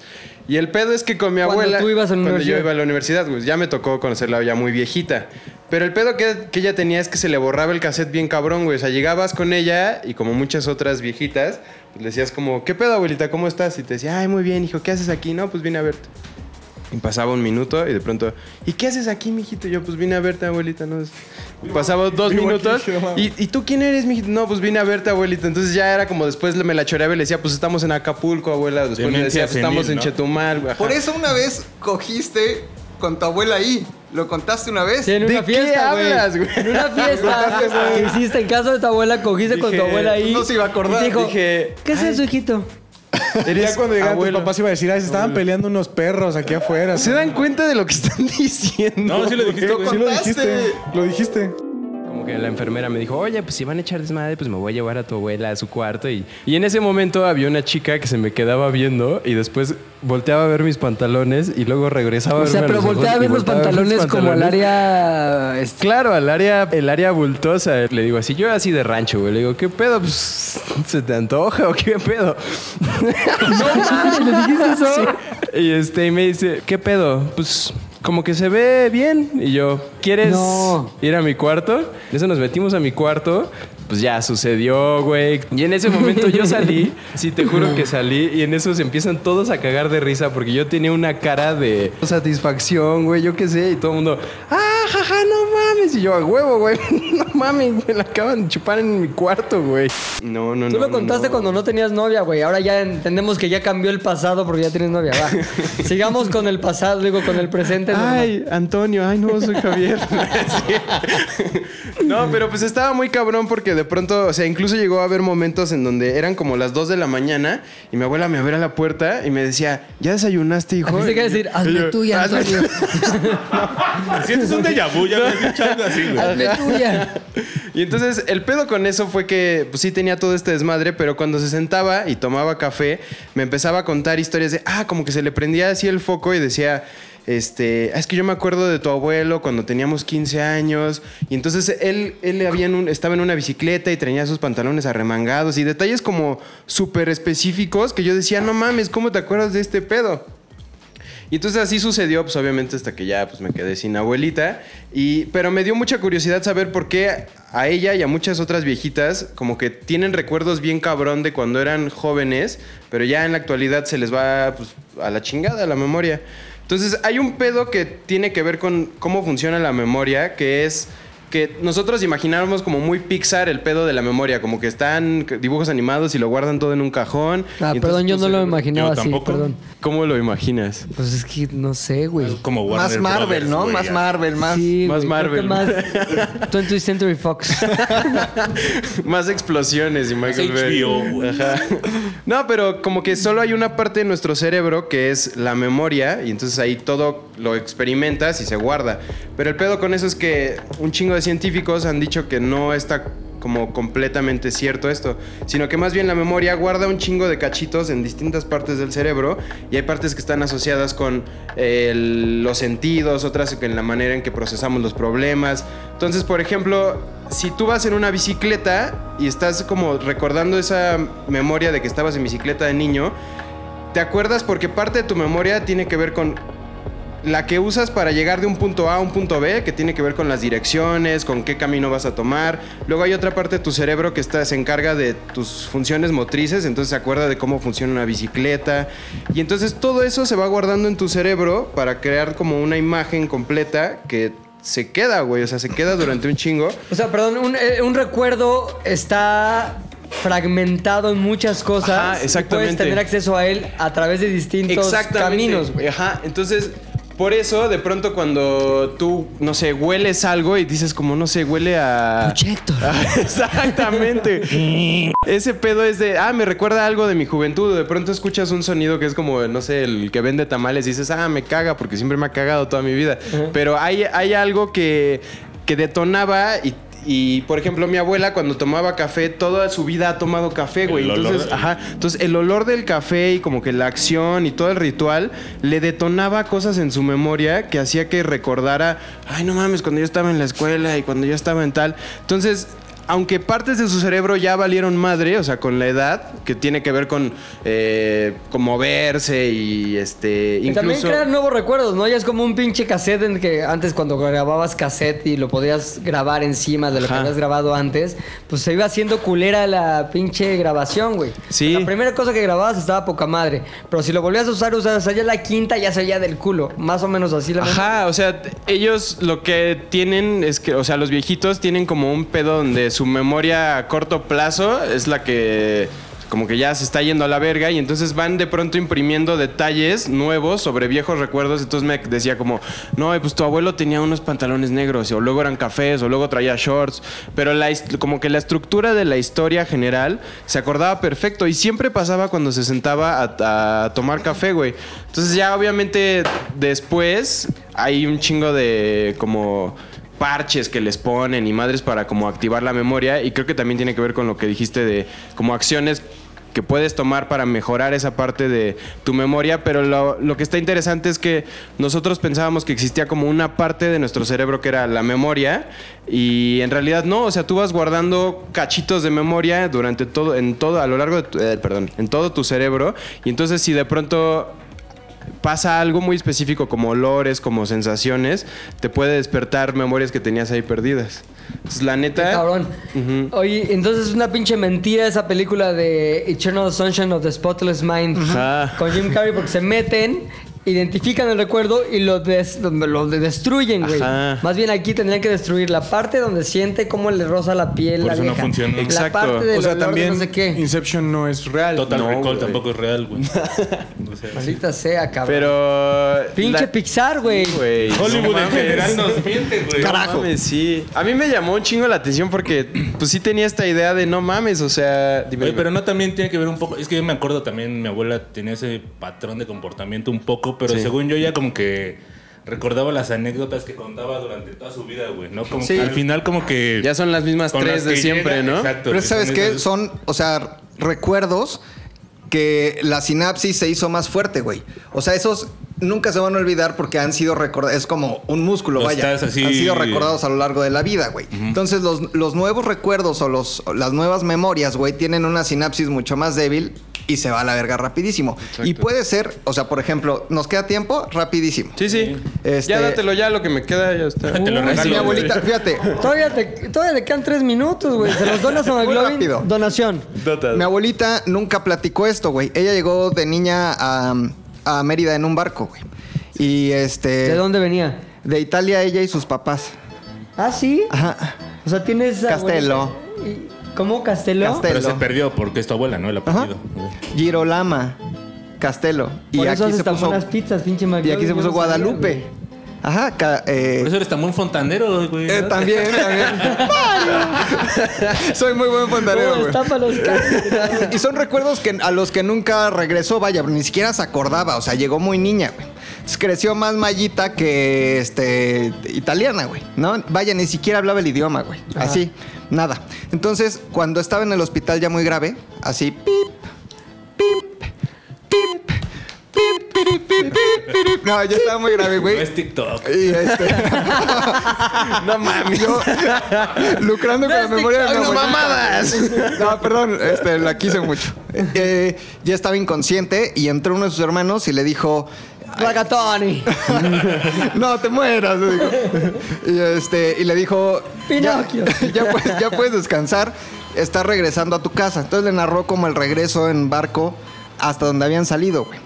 Y el pedo es que con mi Cuando abuela... tú ibas a la cuando universidad. yo iba a la universidad, pues ya me tocó conocerla ya muy viejita. Pero el pedo que, que ella tenía es que se le borraba el cassette bien cabrón, güey. O sea, llegabas con ella y como muchas otras viejitas, pues le decías como, ¿qué pedo, abuelita? ¿Cómo estás? Y te decía, ay, muy bien, hijo, ¿qué haces aquí? No, pues vine a verte. Y pasaba un minuto y de pronto, ¿y qué haces aquí, mijito? Yo, pues vine a verte, abuelita. No, Y pasaba dos vivo minutos. aquí, mamá. ¿Y, ¿Y tú quién eres, mijito? No, pues vine a verte, abuelita. Entonces ya era como después me la choreaba y le decía, pues estamos en Acapulco, abuela. Después le Demencia decía, pues, estamos senil, en ¿no? Chetumal. güey. Ajá. Por eso una vez cogiste con tu abuela ahí. Lo contaste una vez. Sí, en ¿De una qué fiesta, güey. hablas, güey? [LAUGHS] En [LAUGHS] una fiesta que hiciste en casa de tu abuela, cogiste con tu Dije, abuela ahí. no se iba a acordar. Y te dijo, Dije, ¿qué es "Ay, eso, hijito? Eres Ya cuando llegaron tus abuelo. papás iba a decir, ay, se estaban peleando unos perros aquí afuera. ¿Se dan cuenta de lo que están [LAUGHS] diciendo? No, sí lo dijiste, güey. [LAUGHS] Sí lo dijiste, lo dijiste. Como que la enfermera me dijo, oye, pues si van a echar desmadre, pues me voy a llevar a tu abuela a su cuarto. Y, y en ese momento había una chica que se me quedaba viendo y después volteaba a ver mis pantalones y luego regresaba a O verme sea, a pero los ojos voltea a y ver los volteaba a ver mis pantalones como al pantalones. área. este, Claro, al área, el área bultosa. Le digo así, yo así de rancho, güey. Le digo, ¿qué pedo? Pues, ¿se te antoja o qué pedo? [LAUGHS] Sí. Y este, y me dice, ¿qué pedo? Pues, como que se ve bien. Y yo, ¿quieres No. ir a mi cuarto? En eso nos metimos a mi cuarto. Pues ya sucedió, güey. Y en ese momento yo [LAUGHS] salí, sí, te juro que salí. Y en eso se empiezan todos a cagar de risa porque yo tenía una cara de satisfacción, güey, yo qué sé. Y todo el mundo, ¡ah, jaja, no mames! Y yo, a huevo, güey, [LAUGHS] no mames, me la acaban de chupar en mi cuarto, güey. No, no, no. Tú lo no, contaste no. cuando no tenías novia, güey. Ahora ya entendemos que ya cambió el pasado porque ya tienes novia. [LAUGHS] Va. Sigamos con el pasado, digo, con el presente. Ah, normal. Ay, Antonio, ay, no, soy Javier. [LAUGHS] Sí. no, pero pues estaba muy cabrón porque de pronto, o sea, incluso llegó a haber momentos en donde eran como las 2 de la mañana y mi abuela me abría la puerta y me decía, ¿ya desayunaste, hijo? Pensé que iba a decir, hazme Y yo, tuya, "Hazme Antonio. ¿Sientes un déjà déjà vu, ya habías dicho algo así, [LAUGHS] güey. pues, Ajá. Y entonces el pedo con eso fue que pues, sí tenía todo este desmadre, pero cuando se sentaba y tomaba café, me empezaba a contar historias de, ah, como que se le prendía así el foco y decía, este, "Ah, es que yo me acuerdo de tu abuelo cuando teníamos 15 años. Y entonces él, él había en un- estaba en una bicicleta y tenía sus pantalones arremangados y detalles como súper específicos que yo decía, no mames, ¿cómo te acuerdas de este pedo? Y entonces así sucedió, pues obviamente hasta que ya pues, me quedé sin abuelita. Y, pero me dio mucha curiosidad saber por qué a ella y a muchas otras viejitas como que tienen recuerdos bien cabrón de cuando eran jóvenes, pero ya en la actualidad se les va pues, a la chingada la memoria. Entonces hay un pedo que tiene que ver con cómo funciona la memoria, que es que nosotros imaginábamos como muy Pixar el pedo de la memoria, como que están dibujos animados y lo guardan todo en un cajón. Ah, Y entonces perdón, yo tu no lo cerebro- imaginaba así, perdón. ¿Cómo lo imaginas? Pues es que no sé, güey. Como Más Marvel, ¿no? más Marvel, más. Sí, Más güey, creo que Marvel. [LAUGHS] Más 20th Century Fox. Más explosiones y Michael Más Bay. HBO, güey. Ajá. No, pero como que solo hay una parte de nuestro cerebro que es la memoria y entonces ahí todo lo experimentas y se guarda. Pero el pedo con eso es que un chingo de científicos han dicho que no está como completamente cierto esto, sino que más bien la memoria guarda un chingo de cachitos en distintas partes del cerebro y hay partes que están asociadas con eh, el- los sentidos, otras con la manera en que procesamos los problemas. Entonces, por ejemplo, si tú vas en una bicicleta y estás como recordando esa memoria de que estabas en bicicleta de niño, te acuerdas porque parte de tu memoria tiene que ver con la que usas para llegar de un punto A a un punto B, que tiene que ver con las direcciones, con qué camino vas a tomar. Luego hay otra parte de tu cerebro que está, se encarga de tus funciones motrices, entonces se acuerda de cómo funciona una bicicleta. Y entonces todo eso se va guardando en tu cerebro para crear como una imagen completa que se queda, güey. O sea, se queda durante un chingo. O sea, perdón, un, eh, un recuerdo está fragmentado en muchas cosas. Ajá, y exactamente. Puedes tener acceso a él a través de distintos caminos, güey. Ajá, entonces, por eso, de pronto, cuando tú, no sé, hueles algo y dices, como, no sé, huele a. Proyecto. [LAUGHS] Exactamente. Ese pedo es de, ah, me recuerda algo de mi juventud. De pronto escuchas un sonido que es como, no sé, el que vende tamales y dices, ah, me caga porque siempre me ha cagado toda mi vida. Pero hay, hay algo que, que detonaba y. y, por ejemplo, mi abuela cuando tomaba café, toda su vida ha tomado café, güey. El olor Entonces, de- ajá. Entonces, el olor del café y como que la acción y todo el ritual le detonaba cosas en su memoria que hacía que recordara, ay, no mames, cuando yo estaba en la escuela y cuando yo estaba en tal. Entonces, aunque partes de su cerebro ya valieron madre, o sea, con la edad, que tiene que ver con eh, conmoverse y este. Y también incluso- crear nuevos recuerdos, ¿no? Ya es como un pinche cassette en que antes cuando grababas cassette y lo podías grabar encima de lo que Ajá. habías grabado antes, pues se iba haciendo culera la pinche grabación, güey. Sí. La primera cosa que grababas estaba poca madre, pero si lo volvías a usar, usabas allá la quinta ya se oía del culo, más o menos así la Ajá, o sea, t- ellos lo que tienen es que, o sea, los viejitos tienen como un pedo donde su memoria a corto plazo es la que como que ya se está yendo a la verga y entonces van de pronto imprimiendo detalles nuevos sobre viejos recuerdos. Entonces me decía como, no, eh, pues tu abuelo tenía unos pantalones negros o luego eran cafés o luego traía shorts. Pero la, his- como que la estructura de la historia general se acordaba perfecto y siempre pasaba cuando se sentaba a, a tomar café, güey. Entonces ya obviamente después hay un chingo de como parches que les ponen y madres para como activar la memoria y creo que también tiene que ver con lo que dijiste de como acciones que puedes tomar para mejorar esa parte de tu memoria, pero lo, lo que está interesante es que nosotros pensábamos que existía como una parte de nuestro cerebro que era la memoria y en realidad no, o sea, tú vas guardando cachitos de memoria durante todo, en todo, a lo largo de, tu- eh, perdón, en todo tu cerebro y entonces si de pronto pasa algo muy específico como olores, como sensaciones, te puede despertar memorias que tenías ahí perdidas. Entonces, la neta... Cabrón. Oye, entonces es una pinche mentira esa película de Eternal Sunshine of the Spotless Mind Ajá. con Jim Carrey porque se meten, identifican el recuerdo y lo, des- lo de- destruyen, güey. Ajá. Más bien aquí tendrían que destruir la parte donde siente cómo le roza la piel Por la eso no vieja. funciona. La Exacto. parte del O sea, olor de también no sé qué. Inception no es real. Total No, Recall güey. tampoco es real, güey. O sea, Maldita sea, cabrón. Pero... pinche la- Pixar, güey. Güey, Hollywood no en mames. general nos miente, güey. No mames, sí. A mí me llamó un chingo la atención porque pues sí tenía esta idea de no mames, o sea, dime, Oye, dime. pero no también tiene que ver un poco. Es que yo me acuerdo también, mi abuela tenía ese patrón de comportamiento un poco, pero Sí. según yo ya como que recordaba las anécdotas que contaba durante toda su vida, güey, ¿no? Como Sí. que al final como que... Ya son las mismas con tres las de que siempre, llega, ¿no? Exacto. Pero que ¿sabes son qué? esas- Son, o sea, recuerdos que la sinapsis se hizo más fuerte, güey. O sea, esos nunca se van a olvidar porque han sido recordados. Es como un músculo, Los vaya. estás así- Han sido recordados a lo largo de la vida, güey. Entonces, los, los nuevos recuerdos o los, o las nuevas memorias, güey, tienen una sinapsis mucho más débil y se va a la verga rapidísimo. Y puede ser, o sea, por ejemplo, ¿nos queda tiempo? Rapidísimo. Sí, sí. Este- Ya dátelo ya, lo que me queda ya está. Te lo Así regalo, mi abuelita, [LAUGHS] güey. fíjate. Todavía, te- todavía le quedan tres minutos, güey. Se los donas a rápido. McLovin. Donación. Mi abuelita nunca platicó esto, güey. Ella llegó de niña a, a Mérida en un barco, güey. Y este. ¿De dónde venía? De Italia ella y sus papás. Ah, sí. Ajá. O sea, tienes. Castelo. abuelita- ¿Cómo Castelo? Pero se Castelo. perdió porque es tu abuela, ¿no? La perdido. Girolama. Castelo. Y Por eso aquí haces se tan puso. buenas pizzas, pinche McLovin. Y aquí se yo puso no sabía, Guadalupe. güey. Ajá. ca- eh, Por eso eres tan buen fontanero, güey. eh, ¿no? también, [LAUGHS] también. Soy muy buen fontanero, Oh, güey. destapa los cables. y son recuerdos que, a los que nunca regresó, vaya, ni siquiera se acordaba, o sea, llegó muy niña, güey. Entonces, Creció más mallita que este italiana, güey. No, vaya, ni siquiera hablaba el idioma, güey. Así, nada. Entonces, cuando estaba en el hospital ya muy grave, así, pip, pip, pip, pip, pip, pip, pip, pip. No, ya estaba muy grave, No güey. es TikTok. Y este. [LAUGHS] no mames. Yo, lucrando con la memoria de mi ¡Unas abuelita. mamadas! [LAUGHS] No, perdón, este, la quise mucho. Eh, ya estaba inconsciente y entró uno de sus hermanos y le dijo. Ragatoni. [LAUGHS] No, te mueras. le dijo. Y, este, y le dijo. Pinocchio. Ya, ya puedes, ya puedes descansar. Estás regresando a tu casa. Entonces le narró como el regreso en barco hasta donde habían salido, güey.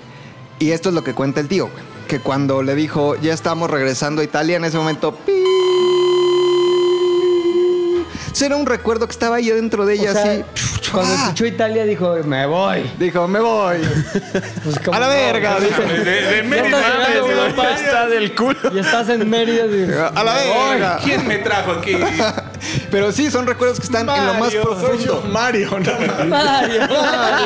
Y esto es lo que cuenta el tío, güey. Que cuando le dijo, ya estamos regresando a Italia, en ese momento. pi. Eso era un recuerdo que estaba ahí dentro de O ella, sea, así. Cuando ¡Ah! escuchó Italia dijo, me voy. Dijo, me voy. [LAUGHS] Pues, [LAUGHS] ¿cómo A la no? verga, [LAUGHS] dijo. De, de Mérida, Ya está güey. llegando Europa. Está del culo. Y estás en [LAUGHS] Mérida. digo, A la verga. ¿Quién me trajo aquí? Pero sí, son recuerdos que están en lo más Mario, soy yo, profundo. Mario, no mames. Mario.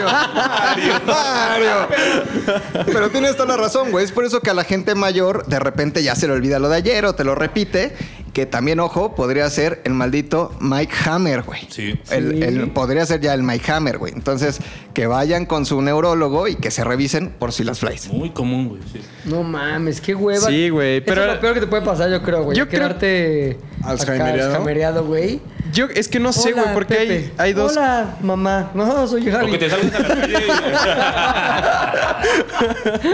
Mario, Mario, Pero tienes toda la razón, güey. Es por eso que a la gente mayor de repente ya se le olvida lo de ayer o te lo repite. Que también, ojo, podría ser el maldito Mike Hammer, güey. Sí. El- Sí. el- podría ser ya el Mike Hammer, güey. Entonces, que vayan con su neurólogo y que se revisen por si las flies. Muy común, güey. Sí. No mames, qué hueva. Sí, güey, Eso pero- es lo peor que te puede pasar, yo creo, güey. Yo creo- Quedarte acá Alzheimeriado. alzheimeriado, güey. Yo, es que no sé, Hola, güey, porque hay, Pepe. hay dos. Hola, mamá. No, soy O que Javi. te salgas a la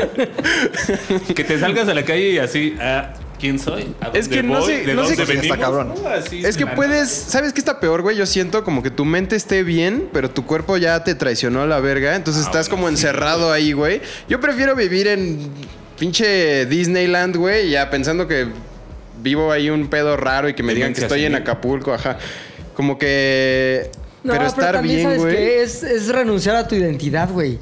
calle. que te salgas a la calle y así, ah, ¿quién soy? ¿A Es dónde que no voy? sé- ¿De no dónde sé qué- venimos? Está cabrón. No, así, Es que la- puedes, ¿sabes qué está peor, güey? Yo siento como que tu mente esté bien, pero tu cuerpo ya te traicionó a la verga, entonces estás como encerrado ahí, güey. Yo prefiero vivir en pinche Disneyland, güey, ya pensando que vivo ahí un pedo raro y que me digan que Tendencias, estoy en ¿no? Acapulco, ajá. Como que No, pero estar también bien, sabes güey. que es, es renunciar a tu identidad, güey.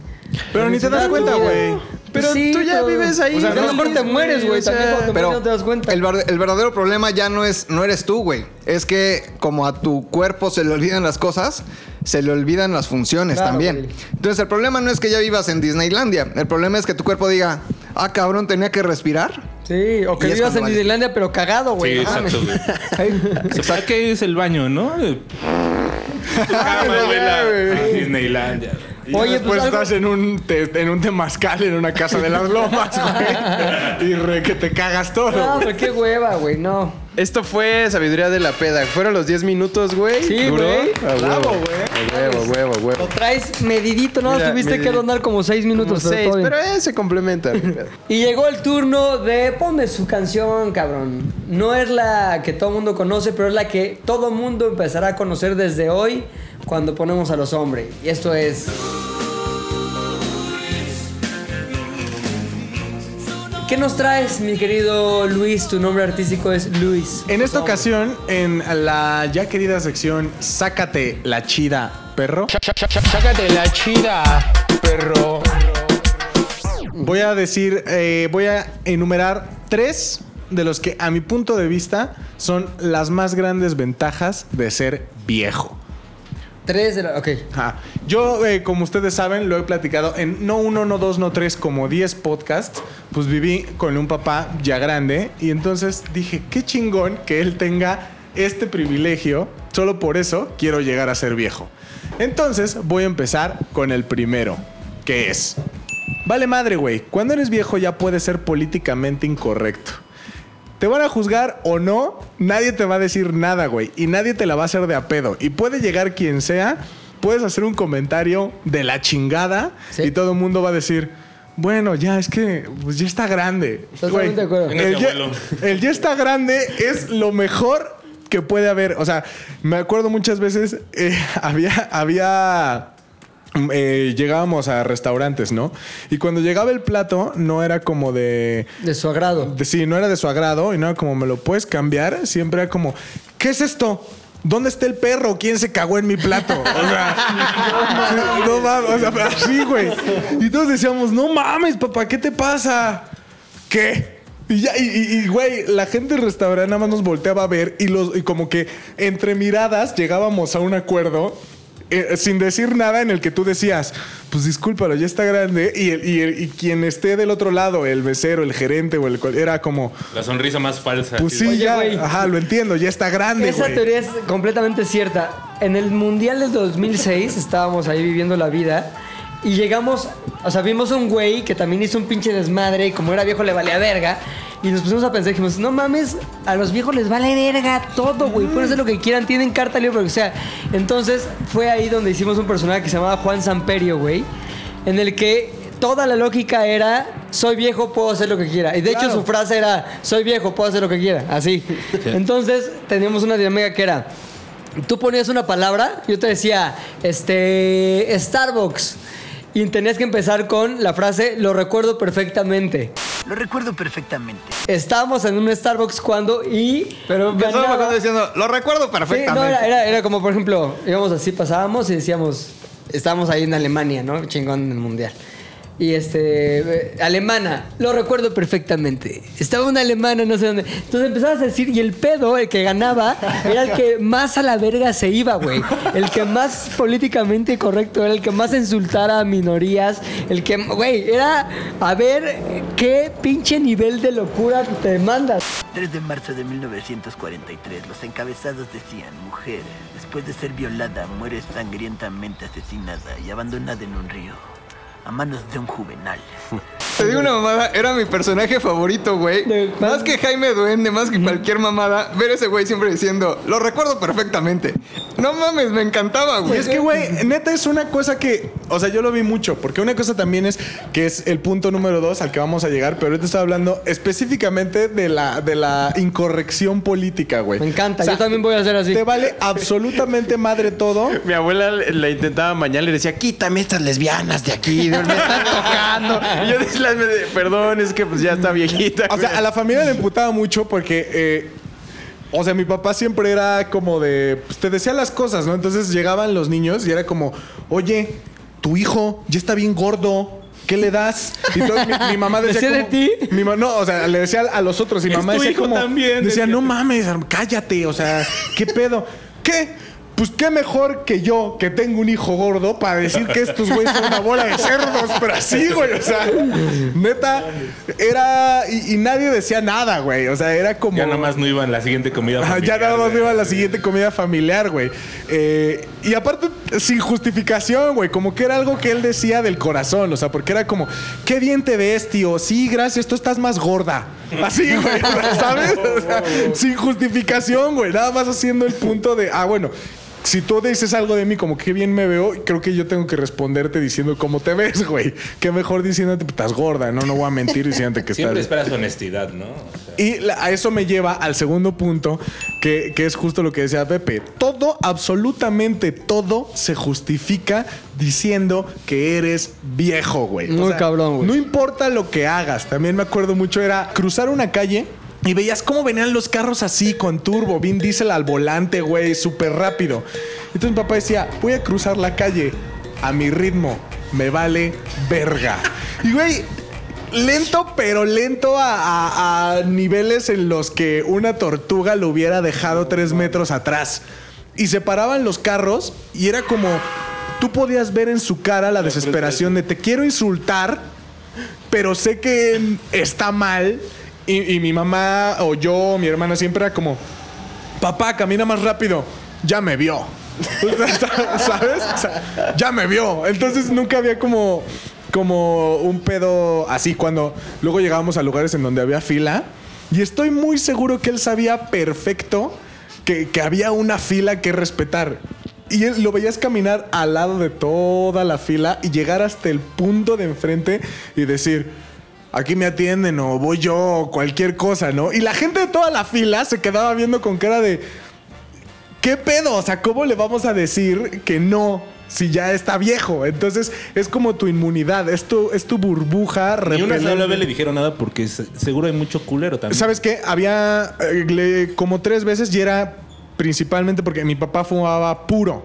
Pero ni te das Renunciar a tu cuenta, vida. güey. Pero Sí, tú ya pero- vives ahí. O sea, a lo feliz, mejor te mueres, güey. o sea, También cuando te Pero mueres no te das cuenta. El, ver- el verdadero problema ya no es no eres tú, güey. Es que como a tu cuerpo se le olvidan las cosas, se le olvidan las funciones Claro, también. güey. Entonces el problema no es que ya vivas en Disneylandia. El problema es que tu cuerpo diga, ah, cabrón, tenía que respirar. Sí, o que Y es vivas en cuando vale. Disneylandia, pero cagado, Sí, güey. no mames. exacto, güey. [LAUGHS] Exacto. que es el baño, ¿no? Cama, abuela. a Disneylandia. Y Oye, después pues, algo- estás en un, te- en un temazcal en una casa de las [LAUGHS] lomas, güey. Y re que te cagas todo. No, pero qué hueva, Ah, güey. No. Esto fue sabiduría de la peda. Fueron los 10 minutos, güey. Sí, Duró. güey. A huevo, Bravo, güey. güey. A huevo, huevo, huevo. Lo traes medidito, ¿no? Mira, Tuviste que medidito. donar como seis minutos. Como pero seis, todo bien. pero eh, se complementa. [LAUGHS] mi pedo. Y llegó el turno de ponme su canción, cabrón. No es la que todo mundo conoce, pero es la que todo mundo empezará a conocer desde hoy cuando ponemos a los hombres. Y esto es. ¿Qué nos traes, mi querido Luis? Tu nombre artístico es Luis. En esta Los Hombres. ocasión, en la ya querida sección Sácate la chida, perro. Sácate la chida, perro. Voy a decir, eh, voy a enumerar tres de los que a mi punto de vista son las más grandes ventajas de ser viejo. Tres de la. Ok. Ajá. Yo, eh, como ustedes saben, lo he platicado en no uno, no dos, no tres, como diez podcasts. Pues viví con un papá ya grande y entonces dije, qué chingón que él tenga este privilegio. Solo por eso quiero llegar a ser viejo. Entonces voy a empezar con el primero, que es... Vale madre, güey. Cuando eres viejo ya puedes ser políticamente incorrecto. Te van a juzgar o no, nadie te va a decir nada, güey. Y nadie te la va a hacer de a pedo. Y puede llegar quien sea, puedes hacer un comentario de la chingada y todo el mundo va a decir, bueno, ya es que pues, ya está grande. Totalmente Güey, de acuerdo. Venga, El este ya, abuelo. el ya está grande es lo mejor que puede haber. O sea, me acuerdo muchas veces, eh, [LAUGHS] había, había mm, eh, llegábamos a restaurantes, ¿no? Y cuando llegaba el plato, no era como de. De su agrado. sí, no era de su agrado y no era como me lo puedes cambiar. Siempre era como, ¿qué es esto? ¿Dónde está el perro? ¿Quién se cagó en mi plato? O sea, sí, no mames, o sea, pero así, güey. Y todos decíamos, no mames, papá, ¿qué te pasa? ¿Qué? Y ya, y, y- y, güey, la gente del restaurante nada más nos volteaba a ver y, los, y como que entre miradas llegábamos a un acuerdo eh, sin decir nada en el que tú decías, pues discúlpalo, ya está grande. Y, el- y el- y quien esté del otro lado, el mesero, el gerente o el... cual- Era como, La sonrisa más falsa. pues sí, Oye, ya, güey. ajá, lo entiendo, ya está grande, Esa güey. teoría es completamente cierta. En el Mundial del 2006 estábamos ahí viviendo la vida y llegamos, o sea, vimos un güey que también hizo un pinche desmadre y como era viejo le valía verga. Y nos pusimos a pensar, dijimos, no mames, a los viejos les vale verga todo, Mm. güey. Pueden hacer lo que quieran, tienen carta libre, lo que sea. Entonces fue ahí donde hicimos un personaje que se llamaba Juan Samperio, güey. En el que toda la lógica era, soy viejo, puedo hacer lo que quiera. Y de hecho Claro. su frase era, soy viejo, puedo hacer lo que quiera. Así. Entonces teníamos una dinámica que era, tú ponías una palabra, yo te decía, este, Starbucks. Y tenías que empezar con la frase, lo recuerdo perfectamente. Lo recuerdo perfectamente. Estábamos en un Starbucks cuando y... Pero Empezó Facundo diciendo, lo recuerdo perfectamente. Sí, no, era, era- era como, por ejemplo, íbamos así, pasábamos y decíamos, estábamos ahí en Alemania, ¿no? Chingón en el mundial. Y este, eh, alemana, lo recuerdo perfectamente. Estaba una alemana, no sé dónde. Entonces empezabas a decir, y el pedo, el que ganaba, era el que más a la verga se iba, güey. El que más políticamente correcto era, el que más insultara a minorías, el que, güey, era a ver qué pinche nivel de locura te mandas. 3 de marzo de 1943, los encabezados decían, mujer, después de ser violada, muere sangrientamente asesinada y abandonada en un río, a manos de un juvenal. Te digo una mamada, era mi personaje favorito, güey. Más que Jaime Duende, más que cualquier mamada, ver ese güey siempre diciendo, lo recuerdo perfectamente. No mames, me encantaba, Y güey. es que, güey, neta es una cosa que, o sea, yo lo vi mucho, porque una cosa también es que es el punto número dos al que vamos a llegar, pero ahorita estaba hablando específicamente de la, de la incorrección política, güey. Me encanta, yo también voy a hacer así. Te vale absolutamente madre todo. Mi abuela la intentaba mañana le decía, quítame estas lesbianas de aquí, me están tocando. Y yo decía, perdón, es que pues ya está viejita. O sea, a la familia le emputaba mucho porque. eh, o sea, mi papá siempre era como de. pues, te decía las cosas, ¿no? Entonces llegaban los niños y era como, oye, tu hijo ya está bien gordo. ¿Qué le das? Y todo- mi, mi mamá decía. ¿Decía de como- Mi ma- no, o sea, le decía a los otros. Y mi Es mamá tu decía hijo como. también, decía, decía. no mames, cállate. O sea, ¿qué pedo? ¿Qué? Pues qué mejor que yo, que tengo un hijo gordo, para decir que estos güeyes son una bola de cerdos, pero así, güey. O sea, neta, era. Y, y nadie decía nada, güey. O sea, era como. Ya nada más no iban la siguiente comida. Ah, ya familiar, nada más güey. iba a la siguiente comida familiar, güey. Eh, y aparte, sin justificación, güey. Como que era algo que él decía del corazón. O sea, porque era como, qué bien te ves, tío. Sí, gracias, tú estás más [LAUGHS] gorda. Así, güey. o sea, ¿Sabes? O sea, sin justificación, güey. Nada más haciendo el punto de, ah, bueno. Si tú dices algo de mí como qué bien me veo, creo que yo tengo que responderte diciendo cómo te ves, güey. Qué mejor diciéndote, "Pues, estás gorda, no, no voy a mentir diciéndote que Siempre estás. esperas honestidad, ¿no? Y la- a eso me lleva al segundo punto, que, que es justo lo que decía Pepe. Todo, absolutamente todo, se justifica diciendo que eres viejo, güey. Muy cabrón, güey. No importa lo que hagas. También me acuerdo mucho, era cruzar una calle. Y veías cómo venían los carros así, con turbo, Vin Diesel al volante, güey, súper rápido. Entonces mi papá decía, voy a cruzar la calle a mi ritmo, me vale verga. Y güey, Lento, pero lento a, a- a niveles en los que una tortuga lo hubiera dejado tres metros atrás. Y se paraban los carros y era como. Tú podías ver en su cara la desesperación de te quiero insultar, pero sé que está mal. Y, y mi mamá o yo, o mi hermana, siempre era como: Papá, camina más rápido. Ya me vio. [LAUGHS] ¿Sabes? O sea, ya me vio. Entonces nunca había como, como un pedo así cuando luego llegábamos a lugares en donde había fila. Y estoy muy seguro que él sabía perfecto que, que había una fila que respetar. Y él lo veías caminar al lado de toda la fila y llegar hasta el punto de enfrente y decir, aquí me atienden o voy yo o cualquier cosa, ¿no? Y la gente de toda la fila se quedaba viendo con cara de, ¿qué pedo? O sea, ¿cómo le vamos a decir que no? Si ya está viejo. Entonces, es como tu inmunidad, es tu, es tu burbuja Ni una sola repelente. vez le dijeron nada porque se- seguro hay mucho culero también. ¿Sabes qué? Había eh, le- como tres veces y era principalmente porque mi papá fumaba puro.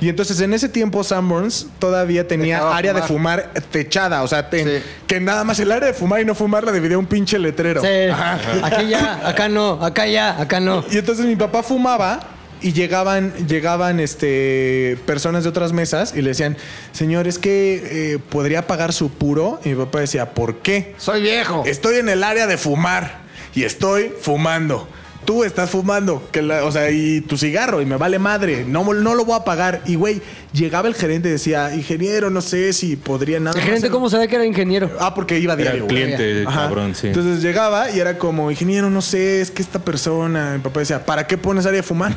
Y entonces en ese tiempo Sanborns todavía tenía área de fumar techada. O sea, te- que nada más el área de fumar y no fumar la dividía un pinche letrero. Sí. Ajá. Aquí ya, acá no, acá ya, acá no. Y entonces mi papá fumaba y llegaban, llegaban este, personas de otras mesas y le decían, señor, es que eh, podría pagar su puro. Y mi papá decía, ¿por qué? Soy viejo. Estoy en el área de fumar y estoy fumando. Tú estás fumando, que la- o sea, y tu cigarro, y me vale madre, no, no lo voy a pagar. Y güey, llegaba el gerente y decía, ingeniero, no sé si podría nada. El gerente, ¿cómo sabía que era ingeniero? Ah, porque iba a Era diario. el güey. cliente, Ajá. cabrón, sí. Entonces llegaba y era como, ingeniero, no sé, es que esta persona. Mi papá decía, ¿para qué pones área de [LAUGHS] fumar?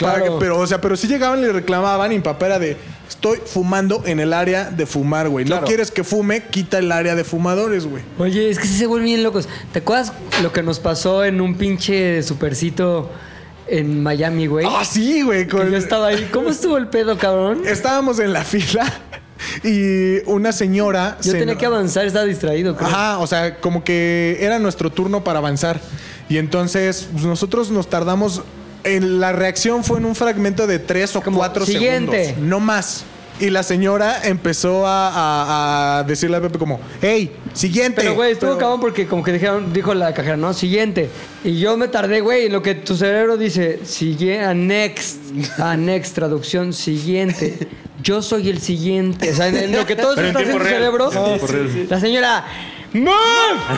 Para que- pero, o sea, pero sí llegaban y le reclamaban y mi papá era de, estoy fumando en el área de fumar, güey. No quieres que fume, quita el área de fumadores, güey. Oye, es que sí se vuelven bien locos. ¿Te acuerdas lo que nos pasó en un pinche supercito en Miami, güey? Ah, sí, güey. Que Yo estaba ahí. ¿Cómo estuvo el pedo, [LAUGHS] cabrón? Estábamos en la [LAUGHS] fila y una señora... Yo tenía que avanzar, estaba distraído. creo. Ajá, o sea, como que era nuestro turno para avanzar. Y entonces pues, nosotros nos tardamos. En la reacción fue en un fragmento de tres o cuatro "Siguiente". segundos. No más. Y la señora empezó a, a- a decirle a Pepe como, hey, siguiente. Pero, güey, estuvo cabrón porque como que dijeron, dijo la cajera, no, siguiente. Y yo me tardé, güey, en lo que tu cerebro dice, sigue a next, a next, traducción, siguiente. Yo soy el siguiente. O sea, en, en lo que todo eso Pero en está haciendo tu tiempo cerebro, real, en tiempo real. la señora... ¡No!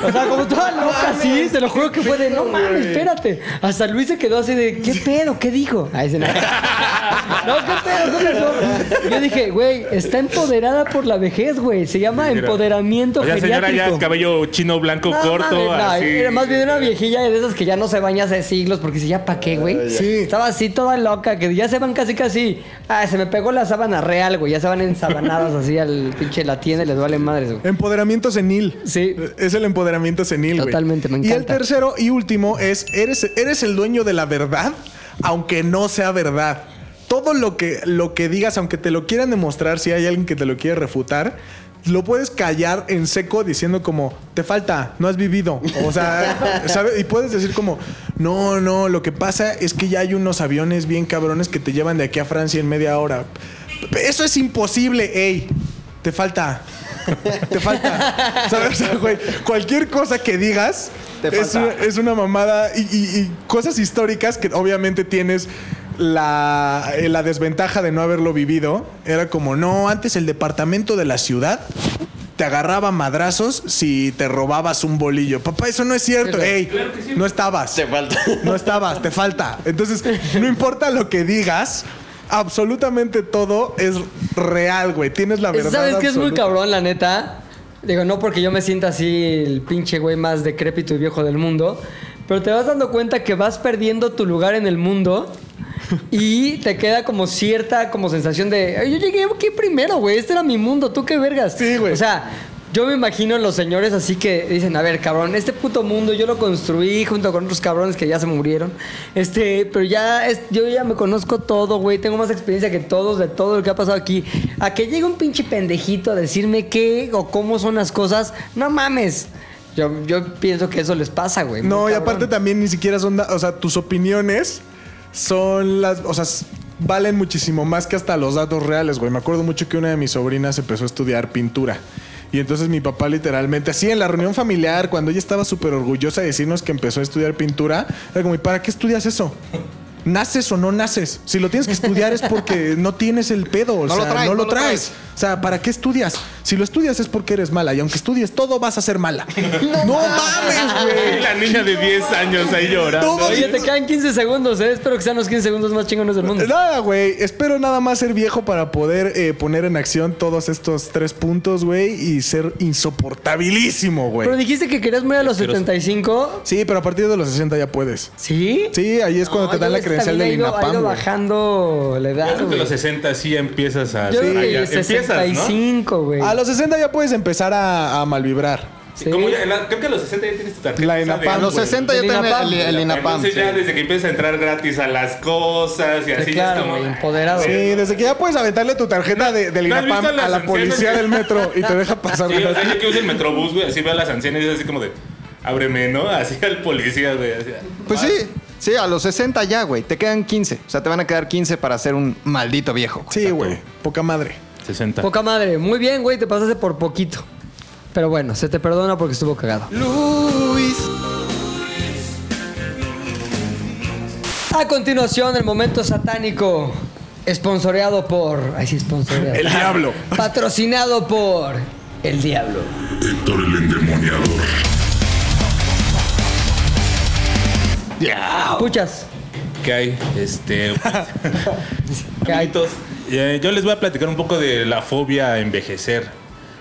O sea, como toda loca, sí, te lo juro que fue de no mames, espérate. Hasta Luis se quedó así de ¿qué pedo? ¿Qué dijo? Ahí se [LAUGHS] No, ¿qué pedo? ¿Qué pasó? Yo dije, güey, está empoderada por la vejez, güey. Se llama Mira. empoderamiento O sea, señora ya geriátrico. cabello chino blanco No, corto, mames, no, así. era más bien una viejilla de esas que ya no se baña hace siglos porque si Ah, ya pa' qué, güey. Sí. Estaba así toda loca, que ya se van casi casi. Ah, se me pegó la sábana real, güey. Ya se van ensabanadas así al pinche la tienda y les vale madres, güey. Empoderamiento senil. Sí. Es el empoderamiento senil. güey. Totalmente, me Y el encanta. tercero y último es, eres, eres el dueño de la verdad, aunque no sea verdad. Todo lo que, lo que digas, aunque te lo quieran demostrar, si hay alguien que te lo quiere refutar, lo puedes callar en seco diciendo como, te falta, no has vivido. O [LAUGHS] sea, ¿sabes? Y puedes decir como, no, no, lo que pasa es que ya hay unos aviones bien cabrones que te llevan de aquí a Francia en media hora. Eso es imposible, ey. Te falta. Te falta. ¿Sabes? [LAUGHS] O sea, güey, cualquier cosa que digas Te es una, falta. es una mamada y, y- y cosas históricas que obviamente tienes la, eh, la desventaja de no haberlo vivido. Era como, no, antes el departamento de la ciudad te agarraba madrazos si te robabas un bolillo. Papá, eso no es cierto. Ey, no estabas. Te falta. No estabas, te falta. Entonces, no importa lo que digas. Absolutamente todo es real, güey. Tienes la verdad. ¿Sabes qué es muy absoluta. cabrón, la neta? Digo, no porque yo me sienta así el pinche güey más decrépito y viejo del mundo, pero te vas dando cuenta que vas perdiendo tu lugar en el mundo y te queda como cierta como sensación de, "Ay, yo llegué aquí primero, güey, este era mi mundo, tú qué vergas. Sí, güey. O sea, yo me imagino los señores así que dicen, a ver, cabrón, este puto mundo yo lo construí junto con otros cabrones que ya se murieron. Este, pero ya es- yo ya me conozco todo, güey, tengo más experiencia que todos de todo lo que ha pasado aquí. A que llegue un pinche pendejito a decirme qué o cómo son las cosas, no mames. Yo, yo pienso que eso les pasa, güey. muy No, y cabrón. aparte también ni siquiera son, da- o sea, tus opiniones son las, o sea, s- valen muchísimo más que hasta los datos reales, güey. Me acuerdo mucho que una de mis sobrinas empezó a estudiar pintura. Y entonces mi papá literalmente, así en la reunión familiar, cuando ella estaba súper orgullosa de decirnos que empezó a estudiar pintura, era como, ¿y para qué estudias eso? naces o no naces. Si lo tienes que estudiar es porque no tienes el pedo. O No sea, lo traes, no no lo lo traes. O sea, ¿para qué estudias? Si lo estudias es porque eres mala. Y aunque estudies todo, vas a ser mala. No mames, güey. La niña de 10 años ahí llorando. Oye, te quedan 15 segundos, ¿eh? Espero que sean los 15 segundos más chingones del mundo. Nada, güey. Espero nada más ser viejo para poder eh, poner en acción todos estos tres puntos, güey, y ser insoportabilísimo, güey. Pero dijiste que querías morir a los 75. Sí, pero a partir de los 60 ya puedes. ¿Sí? Sí, ahí es cuando te dan la credencial del Ha INAPAM, güey. ido bajando la edad, De güey. los 60 sí ya empiezas a... Yo creo a- que Ah, ya- empiezas, ¿no? 65, güey. A los 60 ya puedes empezar a, a malvibrar. Como ya- la- creo que a los 60 ya tienes tu tarjeta. La INAPAM, de- los güey. 60 ya El tiene INAPAM. el- el INAPAM, Entonces ya sí. desde que empiezas a entrar gratis a las cosas y así ya claro, es como... güey, empoderado. Sí, desde que ya puedes aventarle tu tarjeta de, del ¿no has INAPAM visto las a la ancianas policía que- del metro y te deja pasar. Sí, o sea, yo que uso el metrobús, güey, así veo a las ancianas y es así como de... Ábreme, ¿no? Así al policía, güey. así. Pues sí, sí, a los 60 ya, güey. Te quedan 15. O sea, te van a quedar 15 para ser un maldito viejo. Sí, güey. Poca madre. 60. Poca madre. Muy bien, güey, te pasaste por poquito. Pero bueno, se te perdona porque estuvo cagado. Luis. A continuación, el momento satánico. Esponsoreado por. Ay, sí, esponsoreado. El diablo. Patrocinado por. El diablo. Héctor el endemoniador. Escuchas. ¿Qué hay? [LAUGHS] Este. Amiguitos, eh, yo les voy a platicar un poco de la fobia a envejecer.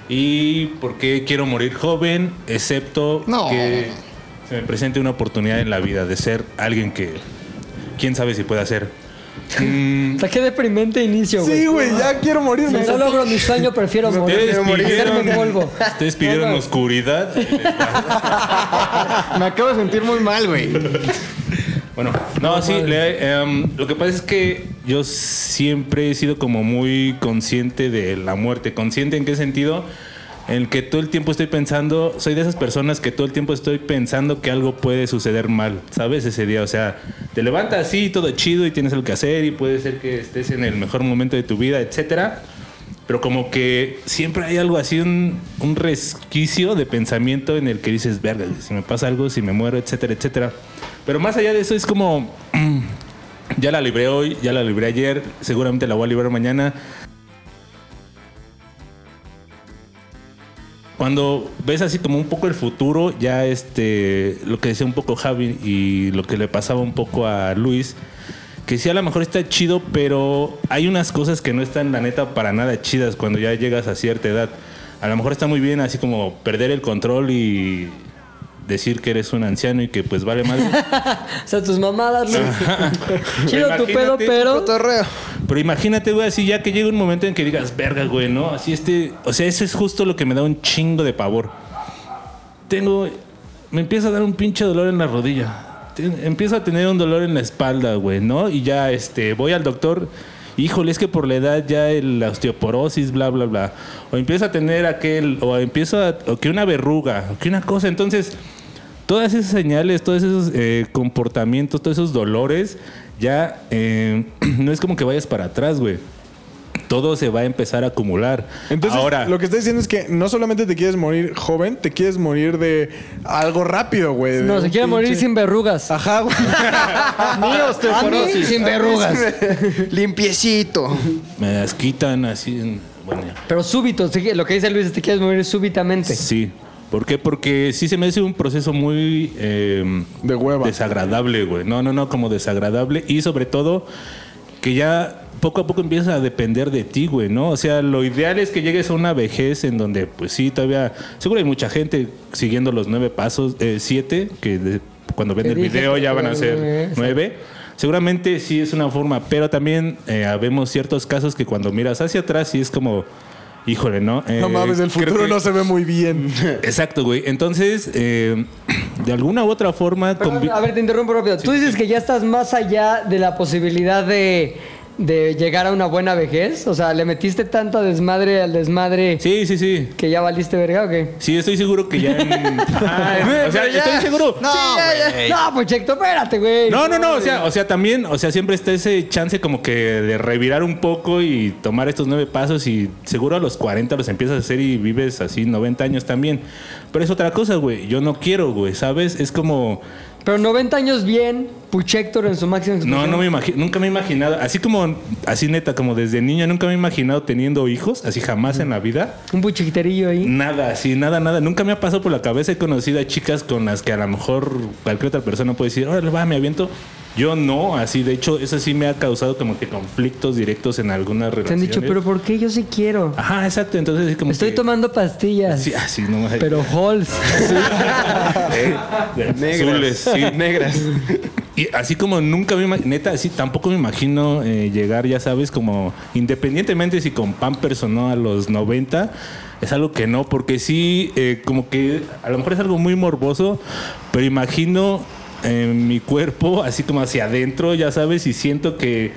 Y por qué quiero morir joven, excepto No. que se me presente una oportunidad en la vida de ser alguien que. Quién sabe si pueda ser. Mm, O sea, qué deprimente inicio, güey. Sí, güey, ya quiero morirme. Si no logro mi sueño, prefiero morir. ustedes Hacerme [LAUGHS] pidieron, polvo. ustedes pidieron oscuridad. [LAUGHS] Me acabo de sentir muy mal, güey. Bueno, no, sí, le- em, lo que pasa es que yo siempre he sido como muy consciente de la muerte. ¿Consciente en qué sentido? En el que todo el tiempo estoy pensando, soy de esas personas que todo el tiempo estoy pensando que algo puede suceder mal, ¿sabes? Ese día, o sea, te levantas así, todo chido y tienes algo que hacer y puede ser que estés en el mejor momento de tu vida, etcétera. Pero como que siempre hay algo así, un, un resquicio de pensamiento en el que dices, verga, si me pasa algo, si me muero, etcétera, etcétera. Pero más allá de eso es como, [CLEARS THROAT] mm, ya la libré hoy, ya la libré ayer, seguramente la voy a librar mañana. Cuando ves así como un poco el futuro, ya este, lo que decía un poco Javi y lo que le pasaba un poco a Luis, que sí a lo mejor está chido, pero hay unas cosas que no están la neta para nada chidas cuando ya llegas a cierta edad. A lo mejor está muy bien así como perder el control y decir que eres un anciano y que pues vale más. O sea, tus mamadas, Luis. Chido tu Imagínate. pedo, pero. Pero imagínate, güey, así ya que llega un momento en que digas, verga, güey, ¿no? Así este. O sea, eso es justo lo que me da un chingo de pavor. Tengo. Me empieza a dar un pinche dolor en la rodilla. Te- empiezo a tener un dolor en la espalda, güey, ¿no? Y ya, este, voy al doctor. Híjole, es que por la edad ya el- la osteoporosis, bla, bla, bla. O empiezo a tener aquel, o empiezo a, o que una verruga, o que una cosa. Entonces, todas esas señales, todos esos eh, comportamientos, todos esos dolores, ya eh, [CLEARS THROAT] no es como que vayas para atrás, güey. Todo se va a empezar a acumular. Entonces, Ahora, lo que está diciendo es que no solamente te quieres morir joven, te quieres morir de algo rápido, güey. de No, se un quiere morir pinche- sin verrugas. Ajá, güey. Ni osteoporosis. A mí, sin verrugas. Limpiecito. me las quitan así. en- Bueno, ya. Pero súbito, sí, lo que dice Luis es te quieres morir súbitamente. Sí. ¿Por qué? Porque sí se me hace un proceso muy... eh, De hueva. Desagradable, güey. No, no, no, como desagradable. Y sobre todo que ya poco a poco empiezas a depender de ti, güey, ¿no? O sea, lo ideal es que llegues a una vejez en donde, pues sí, todavía... Seguro hay mucha gente siguiendo los nueve pasos, eh, siete, que de- cuando ven Te el dije video que ya van a eran ser nueve, nueve. Seguramente sí es una forma, pero también eh, habemos ciertos casos que cuando miras hacia atrás sí es como... Híjole, ¿no? No Eh, mames, el creo futuro que- no se ve muy [LAUGHS] bien. Exacto, güey. Entonces, eh, de alguna u otra forma... Perdón, convi- a ver, te interrumpo rápido. Tú dices que ya estás más allá de la posibilidad de, de llegar a una buena vejez. O sea, le metiste tanta desmadre al desmadre. Sí, sí, sí. ¿Que ya valiste verga o qué? Sí, estoy seguro que [LAUGHS] ya... en- Ah, o sea, estoy seguro. No, güey. no pues Checto, espérate, güey. No, no, no, o sea, o sea, también, o sea, siempre está ese chance como que de revirar un poco y tomar estos nueve pasos y seguro a los 40 los empiezas a hacer y vives así 90 años también. Pero es otra cosa, güey, yo no quiero, güey, ¿sabes? Es como Pero 90 años bien, Puchector en su máximo Pues No, no me imagino, nunca me he imaginado, así como, así neta, como desde niño, nunca me he imaginado teniendo hijos, así jamás en la vida. Un puchecterillo ahí. Nada, así, nada, nada. Nunca me ha pasado por la cabeza. He conocido a chicas con las que a lo mejor cualquier otra persona puede decir, órale, va, me aviento. Yo no, así, de hecho, eso sí me ha causado como que conflictos directos en algunas Te han relaciones. dicho, pero ¿por qué yo sí quiero? Ajá, exacto. Entonces, así como Estoy que- tomando pastillas. Ah, Sí, así, no eh, más. Pero [LAUGHS] Halls. [LAUGHS] Negras. Negras. Y así como nunca me imagino, neta, así tampoco me imagino eh, llegar, ya sabes, como independientemente si con Pampers o no a los 90, es algo que no, porque sí, eh, como que a lo mejor es algo muy morboso, pero imagino eh, mi cuerpo así como hacia adentro, ya sabes, y siento que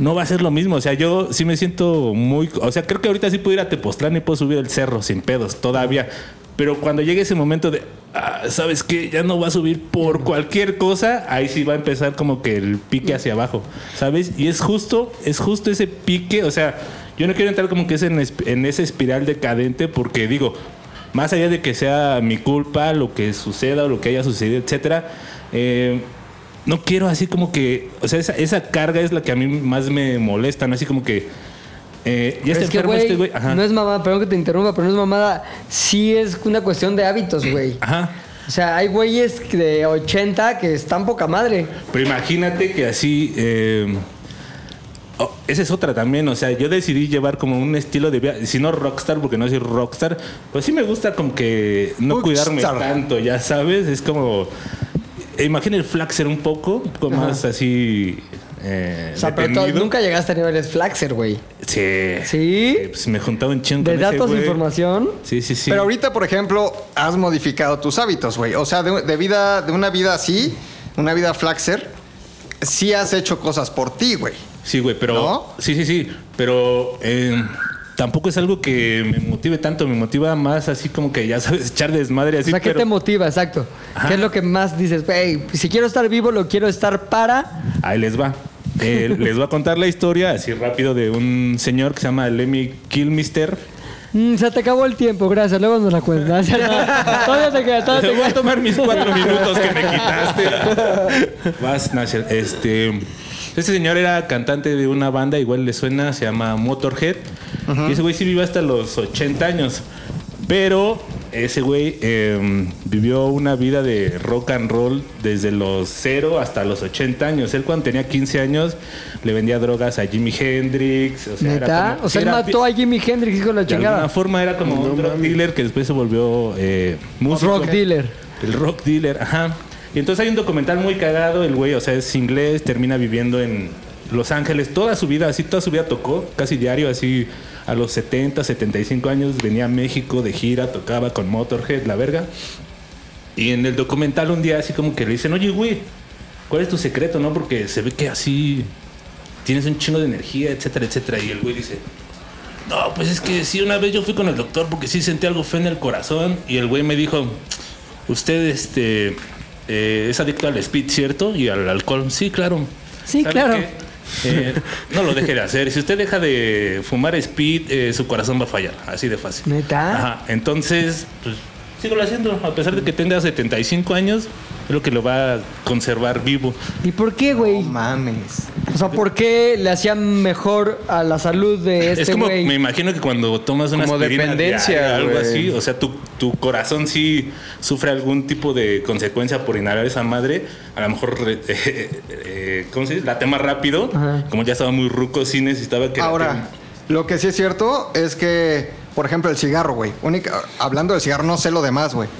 no va a ser lo mismo. O sea, yo sí me siento muy. O sea, creo que ahorita sí pudiera ir a Tepoztlán y puedo subir el cerro sin pedos todavía. Pero cuando llegue ese momento de, ah, ¿sabes qué? Ya no va a subir por cualquier cosa, ahí sí va a empezar como que el pique hacia abajo, ¿sabes? Y es justo, es justo ese pique, o sea, yo no quiero entrar como que es en, esp- en esa espiral decadente porque digo, más allá de que sea mi culpa, lo que suceda o lo que haya sucedido, etcétera, eh, no quiero así como que, o sea, esa, esa carga es la que a mí más me molesta, ¿no? Así como que eh, ya está es que, enfermo güey, este güey. Ajá. no es mamada, perdón que te interrumpa, pero no es mamada. Sí es una cuestión de hábitos, güey. Ajá. O sea, hay güeyes de 80 que están poca madre. Pero imagínate que así. eh, oh, esa es otra también. O sea, yo decidí llevar como un estilo de vida. Si no rockstar, porque no soy rockstar, pues sí me gusta como que no cuidarme tanto, ya sabes. Es como. eh, Imagina el flaxer un poco, un poco Ajá. más así. eh, O sea, pero tú detenido. nunca llegaste a niveles Flaxer, güey. Sí. Sí. Pues me juntaba un chingo. De con ese datos de güey. información. Sí, sí, sí. Pero ahorita, por ejemplo, has modificado tus hábitos, güey. O sea, de, de vida, de una vida así, una vida flaxer, sí has hecho cosas por ti, güey. Sí, güey, pero. ¿No? Sí, sí, sí. Pero eh, tampoco es algo que me motive tanto. Me motiva más así como que ya sabes, echar desmadre o así. sea, ¿qué pero- te motiva? Exacto. ¿Qué es lo que más dices? Güey, si quiero estar vivo, lo quiero estar para. Ahí les va. Eh, les voy a contar la historia así rápido de un señor que se llama Lemmy Kilmister. Mm, se te acabó el tiempo, gracias. Luego nos la [LAUGHS] cuentas. [LAUGHS] todavía te queda, todavía te Voy queda. a tomar mis cuatro minutos que me quitaste. Vas, no, es cierto. Este, este señor era cantante de una banda, igual le suena, se llama Motorhead. Y ese güey sí vivió hasta los 80 años. Pero ese güey eh, vivió una vida de rock and roll desde los 0 hasta los 80 años. Él cuando tenía 15 años le vendía drogas a Jimi Hendrix. O sea, era ¿Neta? como- O sea, él era- mató a Jimi Hendrix, hijo de la de alguna chingada. forma era como un drug dealer que después se volvió eh, músico. Rock dealer. El rock dealer, ajá. Y entonces hay un documental muy cagado, el güey, o sea, es inglés, termina viviendo en Los Ángeles toda su vida, así toda su vida tocó, casi diario, así a los 70, 75 años venía a México de gira, tocaba con Motorhead, la verga. Y en el documental un día así como que le dicen, oye, güey, ¿cuál es tu secreto, no? Porque se ve que así tienes un chingo de energía, etcétera, etcétera. Y el güey dice, no, pues es que sí, una vez yo fui con el doctor porque sí sentí algo feo en el corazón y el güey me dijo, usted este, eh, es adicto al speed, ¿cierto? Y al alcohol. Sí, claro. Sí, ¿Sabe claro. qué? Eh, no lo deje de hacer. Si usted deja de fumar speed, eh, su corazón va a fallar. Así de fácil. ¿Neta? Ajá. Entonces, pues, sígalo haciendo. A pesar de que tenga 75 años, es lo que lo va a conservar vivo. ¿Y por qué, güey? No mames. O sea, ¿por qué le hacían mejor a la salud de es este como, güey? me imagino que cuando tomas una Como aspirina dependencia, diaria, algo güey. así, o sea, tu, tu corazón sí sufre algún tipo de consecuencia por inhalar esa madre. A lo mejor, eh, eh, eh, ¿cómo se dice? Late más rápido. Como ya estaba muy ruco, sí necesitaba que. Ahora, lo que sí es cierto es que, por ejemplo, el cigarro, güey. Única- hablando del cigarro, no sé lo demás, güey.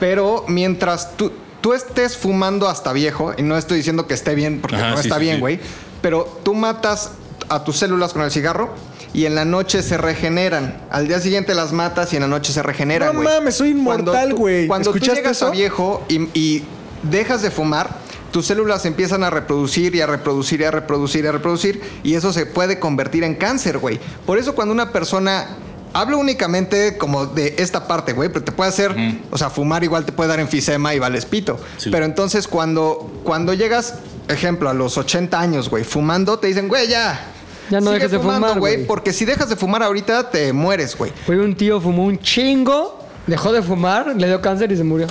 Pero mientras tú, tú estés fumando hasta viejo, y no estoy diciendo que esté bien, porque Ajá, no sí, está sí, bien, sí. güey, pero tú matas a tus células con el cigarro y en la noche se regeneran. Al día siguiente las matas y en la noche se regeneran, No güey. mames, soy inmortal, Cuando tú- güey. Cuando tú ¿Escuchaste llegas a eso? viejo y, y dejas de fumar, tus células empiezan a reproducir y a reproducir y a reproducir y a reproducir y eso se puede convertir en cáncer, güey. Por eso cuando una persona... Hablo únicamente como de esta parte, güey, pero te puede hacer, o sea, fumar igual te puede dar enfisema y vales pito. Pero entonces cuando, cuando llegas, ejemplo, a los 80 años, güey, fumando, te dicen, güey, ya. Ya no dejes de fumar, güey. Porque si dejas de fumar ahorita, te mueres, güey. Güey, un tío fumó un chingo, dejó de fumar, le dio cáncer y se murió.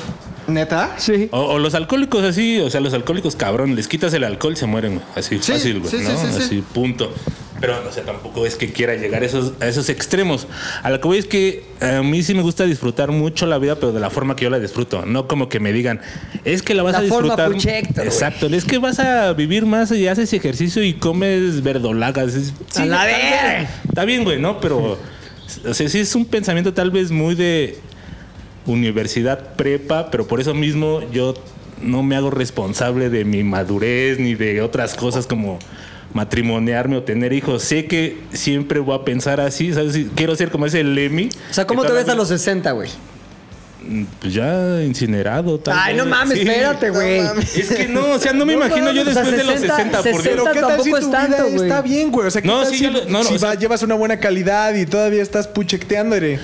¿Neta? Sí. O, o los alcohólicos así, o sea, los alcohólicos cabrón, les quitas el alcohol y se mueren, güey. Así Sí, fácil, güey. sí, ¿no? sí, sí, sí. así, punto. Pero, no sé, tampoco es que quiera llegar a esos, a esos extremos. A lo que voy es que eh, a mí sí me gusta disfrutar mucho la vida, pero de la forma que yo la disfruto. No como que me digan, es que la vas La a forma disfrutar. Puchector, güey. Exacto, es que vas a vivir más y haces ejercicio y comes verdolagas. Es- A la está bien. verga. Está bien, güey, ¿no? Pero, o sea, sí es un pensamiento tal vez muy de universidad prepa, pero por eso mismo yo no me hago responsable de mi madurez ni de otras cosas como matrimoniarme o tener hijos. Sé que siempre voy a pensar así, ¿sabes? Sí, Quiero ser como ese Lemmy. O sea, ¿cómo te ves a los 60, güey? Pues ya incinerado. tal Ay, no vez. mames, Sí. espérate, güey. Es que no, o sea, no me imagino yo mames, o después sea, de los 60, por Dios. Pero ¿qué tal si tu vida está bien, güey? O sea, ¿qué No, tal sí, si, yo lo- no, no, si o sea- va- llevas una buena calidad y todavía estás puchecteando, Ere?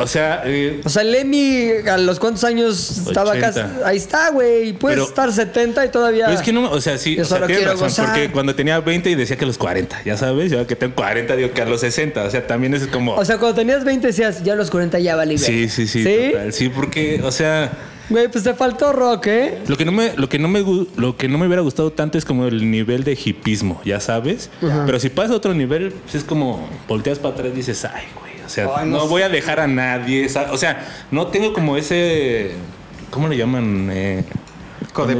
O sea, eh, O sea, Lemmy, a los cuántos años estaba acá. 80. Ahí está, güey. Puedes Pero- estar 70 y todavía. Pero es que no, o sea, sí, Yo o sea, solo tienes quiero razón, gozar. porque cuando tenía 20 y decía que a los 40, ya sabes, yo que tengo 40 digo que a los 60, o sea, también es como... O sea, cuando tenías 20 decías, ya a los 40 ya valí. sí, verga". sí, sí, ¿Sí? total, sí, porque, o sea, Güey, pues te faltó rock, ¿eh? lo que no me, lo que no me, gu- lo que no me hubiera gustado tanto es como el nivel de hipismo, ya sabes, Ajá. pero si pasas a otro nivel, pues es como volteas para atrás y dices, ay, güey, o sea, Ay, no no, sé. voy a dejar a nadie, sa- o sea, no tengo como ese, ¿cómo le llaman? Eh,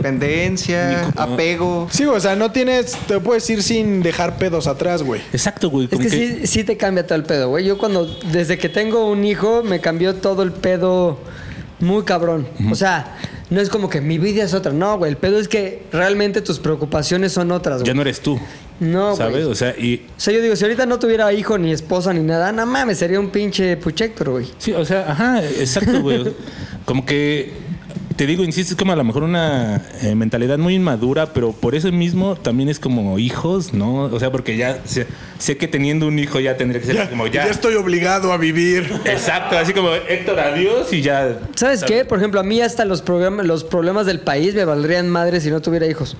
Codependencia, [LAUGHS] cuando- apego. Sí, o sea, no tienes, te puedes ir sin dejar pedos atrás, güey. Exacto, güey. Es que sí, sí te cambia todo el pedo, güey. Yo cuando, desde que tengo un hijo, me cambió todo el pedo muy cabrón. O sea, no es como que mi vida es otra. No, güey. El pedo es que realmente tus preocupaciones son otras, ya güey. no eres tú, No, güey. ¿sabes? O sea, y, O sea, yo digo, si ahorita no tuviera hijo, ni esposa, ni nada, no mames, sería un pinche puchector, güey. Sí, o sea, ajá, exacto, güey. O sea, como que, te digo, insisto, es como a lo mejor una eh, mentalidad muy inmadura, pero por eso mismo también es como hijos, ¿no? O sea, porque ya sé, sé que teniendo un hijo ya tendría que ser como ya. estoy obligado a vivir. Exacto, así como Héctor, adiós y ya. ¿Sabes qué? Por ejemplo, a mí hasta los, programas, los problemas del país me valdrían madre si no tuviera hijos.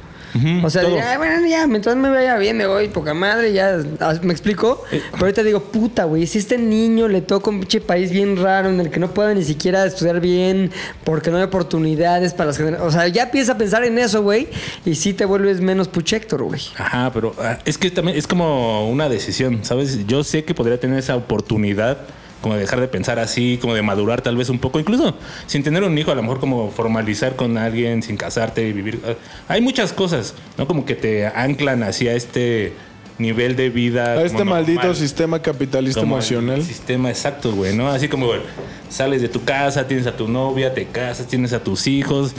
o sea, todo. diría, "Ay, bueno, ya, mientras me vaya bien, me voy, poca madre, ya, ah, me explico. Pero ahorita digo, puta, güey, si este niño le toca un pinche país bien raro en el que no puede ni siquiera estudiar bien porque no hay oportunidades para las generaciones. O sea, ya empieza a pensar en eso, güey, y sí te vuelves menos puchector, güey. Ajá, pero ah, es que también es como una decisión, ¿sabes? Yo sé que podría tener esa oportunidad como de dejar de pensar así, como de madurar tal vez un poco, incluso sin tener un hijo, a lo mejor como formalizar con alguien, sin casarte, vivir... ah, Hay muchas cosas, ¿no? Como que te anclan hacia este nivel de vida. A este como maldito normal. sistema capitalista Como el emocional. sistema exacto, güey, ¿no? Así como güey, sales de tu casa, tienes a tu novia, te casas, tienes a tus hijos,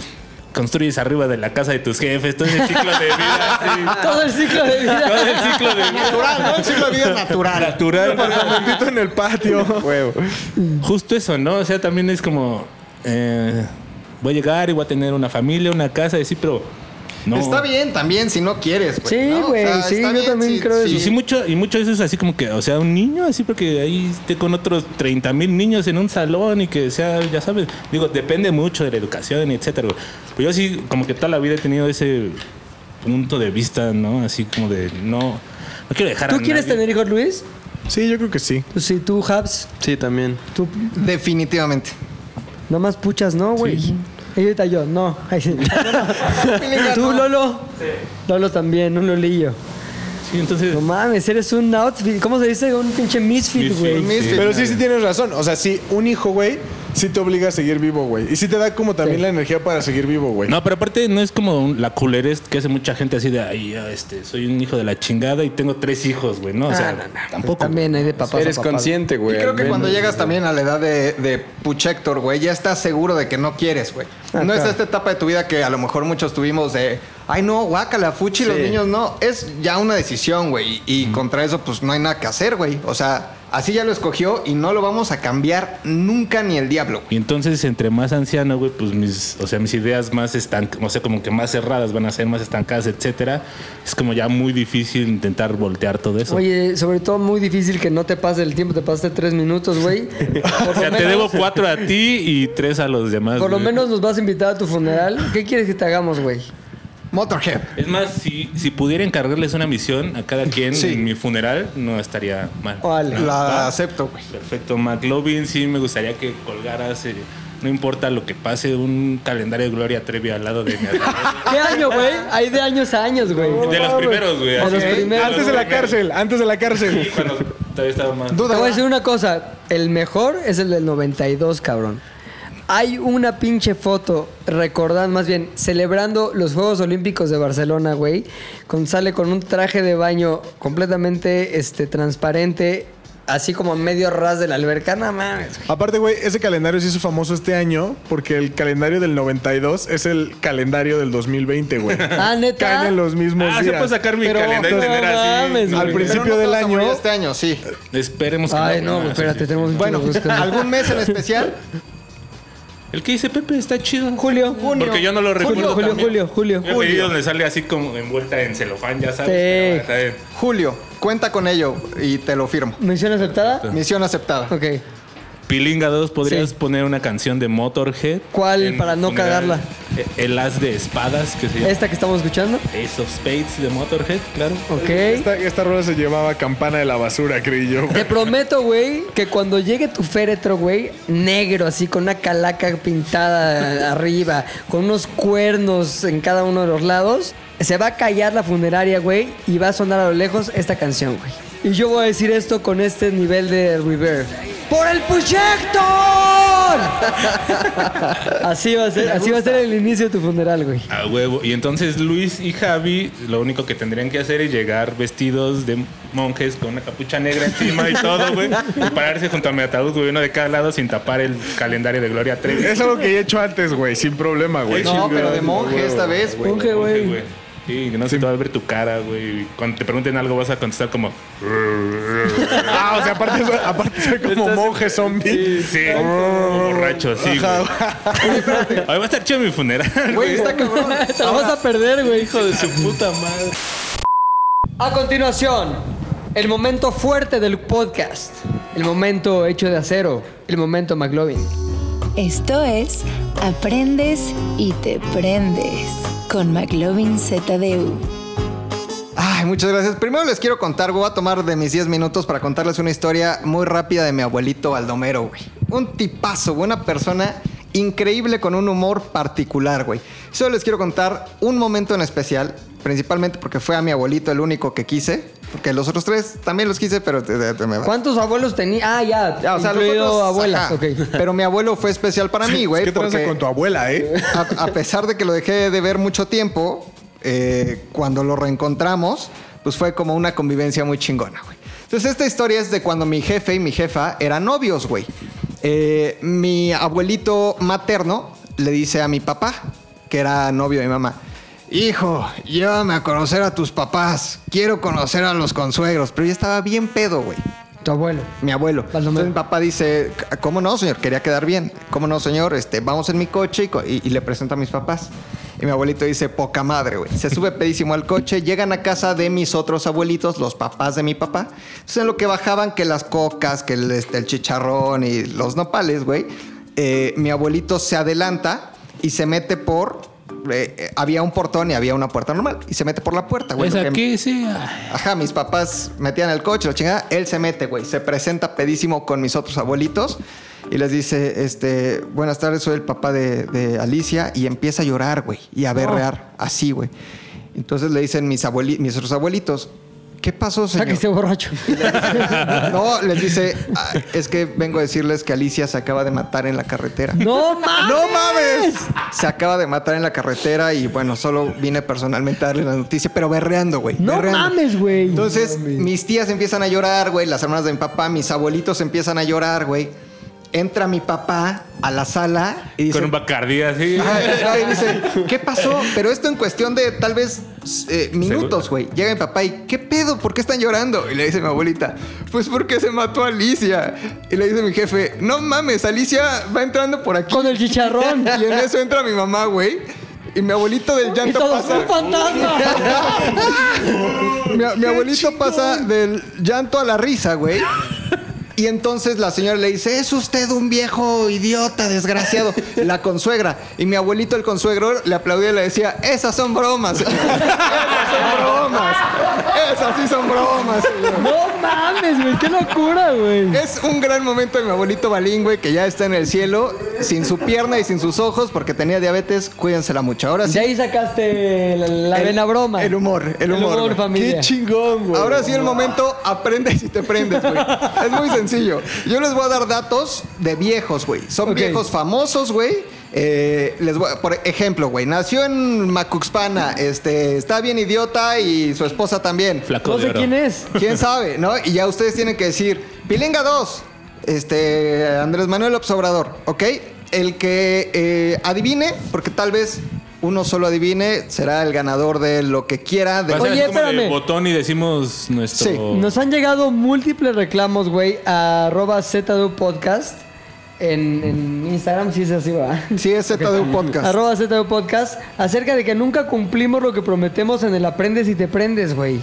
construyes arriba de la casa de tus jefes, todo ese ciclo de vida. así. Todo el ciclo de vida. [LAUGHS] Todo el ciclo de vida. Natural, ¿no? El ciclo de vida natural. Natural. Maldito en el patio. Justo eso, ¿no? O sea, también es como. eh, voy a llegar y voy a tener una familia, una casa, y sí, pero. No. Está bien también si no quieres, güey. Sí, ¿no? O güey, sea, sí, está yo bien también si- creo si- Y sí, mucho, y mucho eso es así como que, o sea, un niño así, porque ahí esté con otros 30 mil niños en un salón y que sea, ya sabes, digo, depende mucho de la educación, etcétera. güey. Pero yo sí, como que toda la vida he tenido ese punto de vista, ¿no? Así como de, no, no quiero dejar a ¿Tú quieres nadie. tener hijos, Luis? Sí, yo creo que sí. Sí, tú, Habs. Sí, también. Tú, Definitivamente. Nomás puchas, ¿no, güey? Y ahorita yo, no. [LAUGHS] Ay, sí. Tú, Lolo. Lolo también, un Lolillo. Sí, entonces. No mames, eres un outfit. ¿Cómo se dice? Un pinche misfit, güey. Pues, Pero sí, sí tienes razón. O sea, sí, un hijo, güey, sí te obliga a seguir vivo, güey. Y sí te da como también la energía para seguir vivo, güey. No, pero aparte no es como un- la culerez que hace mucha gente así de, ay, ya, este, soy un hijo de la chingada y tengo tres hijos, güey, ¿no? O Ah, sea, no, no. tampoco. También hay de papás. a papás. Y creo que cuando llegas también a la edad de, de Puchector, güey, ya estás seguro de que no quieres, güey. Ah, No es claro. esta etapa de tu vida que a lo mejor muchos tuvimos de, ay, no, guácala, fuchi, los Sí. niños no. Es ya una decisión, güey. Y contra eso, pues no hay nada que hacer, güey. O sea, así ya lo escogió y no lo vamos a cambiar nunca ni el diablo. Y entonces, entre más anciano, güey, pues mis, o sea, mis ideas más están, o sea, como que más cerradas van a ser, más estancadas, etcétera. Es como ya muy difícil intentar voltear todo eso. Oye, sobre todo muy difícil que no te pase el tiempo, te pasaste tres minutos, [LAUGHS] güey. o sea, te debo cuatro a ti y tres a los demás. [LAUGHS] Por lo güey. menos nos vas a invitar a tu funeral. ¿Qué quieres que te hagamos, güey? Motorhead. Es más, si, si pudiera encargarles una misión a cada quien en mi funeral, no estaría mal. Órale. ¿No? La ¿Va? acepto, güey. Perfecto, McLovin, sí me gustaría que colgaras eh, No importa lo que pase, un calendario de Gloria Trevi al lado de mi [LAUGHS] ¿Qué año, güey? Hay de años a años, güey. De los primeros, güey. De los así. primeros. Antes de la cárcel, antes de la cárcel. Sí, cuando todavía estaba más. Te voy a decir una cosa. El mejor es el del 92, cabrón. Hay una pinche foto, recordando más bien, celebrando los Juegos Olímpicos de Barcelona, güey. Con, sale con un traje de baño completamente este, transparente, así como a medio ras de la alberca. No mames. Aparte, güey, ese calendario se hizo famoso este año porque el calendario del 92 es el calendario del 2020, güey. Ah, ¿neta? Caen en los mismos Ah, se días. puede sacar mi calendario y tener al así. güey. principio Pero del no todos año- somos- Este año, sí. Esperemos que Ay, no, no, güey, espérate, tenemos un Bueno, chingo de [LAUGHS] buscando. ¿algún mes en especial? El que dice Pepe está chido. Julio, junio. Porque yo no lo recuerdo. Julio, también. Julio, Julio, Yo Julio. he pedido donde sale así como envuelta en celofán, ya sabes. Sí. pero está bien. Julio, cuenta con ello y te lo firmo. ¿Misión aceptada? Misión aceptada. Ok. Pilinga 2, ¿podrías Sí. poner una canción de Motorhead? ¿Cuál para no cagarla? Eh, El as de espadas, que se llama ¿Esta que estamos escuchando? Ace of Spades de Motorhead, claro. Ok. Esta, esta rola se llamaba Campana de la Basura, creí yo. Te prometo, güey, que cuando llegue tu féretro, güey, negro, así, con una calaca pintada [LAUGHS] arriba, con unos cuernos en cada uno de los lados, se va a callar la funeraria, güey, y va a sonar a lo lejos esta canción, güey. Y yo voy a decir esto con este nivel de reverb. ¡Por el proyector! así va a ser, así va a ser el inicio de tu funeral, güey. A huevo. Y entonces Luis y Javi lo único que tendrían que hacer es llegar vestidos de monjes con una capucha negra encima y todo, güey. Y pararse junto a mi ataúd, güey, uno de cada lado sin tapar el calendario de Gloria Trevi. Es algo que he hecho antes, güey, sin problema, güey. No, pero de monje güey, esta güey. vez, güey. Monje, Sí, güey. güey. Sí, que no se te va a ver tu cara, güey. Y Cuando te pregunten algo vas a contestar como... Ah, o sea, aparte soy, aparte soy como monje zombie. Sí, como borracho, sí, güey. [LAUGHS] Ahí va a estar chido mi funeral, Güey, güey. está cabrón. Te la vas a perder, güey. Hijo de su puta madre. A continuación, el momento fuerte del podcast. El momento hecho de acero. El momento McLovin. Esto es Aprendes y te prendes con McLovin ZDU. Ay, muchas gracias. Primero les quiero contar, voy a tomar de mis 10 minutos para contarles una historia muy rápida de mi abuelito Baldomero, güey. Un tipazo, güey, una persona increíble con un humor particular, güey. Solo les quiero contar un momento en especial, principalmente porque fue a mi abuelito el único que quise, porque los otros tres también los quise, pero te- te- te me va. ¿Cuántos abuelos tenía? Ah, ya. Ya, o sea, los incluido otros, abuelas. ajá. ok. [LAUGHS] Pero mi abuelo fue especial para mí, güey. [LAUGHS] ¿Qué tranza porque- con tu abuela, eh? a, a pesar de que lo dejé de ver mucho tiempo, eh, cuando lo reencontramos, pues fue como una convivencia muy chingona, güey. Entonces, esta historia es de cuando mi jefe y mi jefa eran novios, güey. Eh, mi abuelito materno le dice a mi papá, que era novio de mi mamá, Hijo, llévame a conocer a tus papás. Quiero conocer a los consuegros. Pero yo estaba bien pedo, güey. Tu abuelo. Mi abuelo. Baldomero. Entonces mi papá dice, ¿cómo no, señor? Quería quedar bien. ¿Cómo no, señor? Este, vamos en mi coche y, co- y- y le presento a mis papás. Y mi abuelito dice, poca madre, güey. Se sube pedísimo al coche, llegan a casa de mis otros abuelitos, los papás de mi papá. Entonces en lo que bajaban, que las cocas, que el, este, el chicharrón y los nopales, güey. eh, mi abuelito se adelanta y se mete por... eh, eh, había un portón y había una puerta normal. Y se mete por la puerta, güey. Es lo que- aquí, sí. Ajá, mis papás metían el coche, la chingada. Él se mete, güey. Se presenta pedísimo con mis otros abuelitos y les dice, este, buenas tardes, soy el papá de, de Alicia. Y empieza a llorar, güey, y a berrear, así, güey. Entonces le dicen mis, abueli- mis otros abuelitos, ¿qué pasó, O sea, que señor? [LAUGHS] esté borracho. No, les dice, "Ah, es que vengo a decirles que Alicia se acaba de matar en la carretera. ¡No mames! ¡No mames! Se acaba de matar en la carretera y bueno, solo vine personalmente a darle la noticia, pero berreando, güey. ¡No berreando. mames, güey! Entonces, mis tías empiezan a llorar, güey, las hermanas de mi papá, mis abuelitos empiezan a llorar, güey. Entra mi papá a la sala [LAUGHS] y dice, Con un bacardí así. Ah, no, y dice, ¿qué pasó? Pero esto en cuestión de tal vez eh, minutos, güey. Llega mi papá y, ¿qué pedo? ¿Por qué están llorando? Y le dice mi abuelita, pues porque se mató a Alicia. Y le dice mi jefe, no mames, Alicia va entrando por aquí. Con el [LAUGHS] chicharrón. Y en eso entra mi mamá, güey. Y mi abuelito del y llanto todos pasa. [LAUGHS] un fantasma. Mi, mi abuelito pasa del llanto a la risa, güey. Y entonces la señora le dice, es usted un viejo idiota, desgraciado. La consuegra. Y mi abuelito, el consuegro, le aplaudía y le decía, esas [LAUGHS] son bromas. Esas son bromas. Esas sí son bromas. señor". ¡No mames, güey, qué locura, güey. Es un gran momento de mi abuelito Balín, güey, que ya está en el cielo, sin su pierna y sin sus ojos, porque tenía diabetes. Cuídensela mucho. Ahora sí. De ahí sacaste la, la El- vena broma. El humor, el El humor. humor, güey. familia. Qué chingón, güey. Ahora sí el momento, aprendes y te prendes, [LAUGHS] güey. es muy sencillo. Yo les voy a dar datos de viejos, güey. Son Ok. viejos famosos, güey. Eh, les voy a- por ejemplo, güey, nació en Macuxpana, este, está bien idiota y su esposa también. Flaco No de sé oro. quién es. ¿Quién sabe, no? Y ya ustedes tienen que decir, Pilinga 2, este, Andrés Manuel López Obrador, ¿ok? El que eh, adivine, porque tal vez uno solo adivine, será el ganador de lo que quiera. De Va a ser Oye, así como de espérame. botón y decimos nuestro. Nos han llegado múltiples reclamos, güey, a arroba ZDU Podcast. En, en Instagram sí es así, va. Sí, es ZDU Podcast. Arroba ZDU Podcast. Acerca de que nunca cumplimos lo que prometemos en el Aprendes y Te Prendes, güey.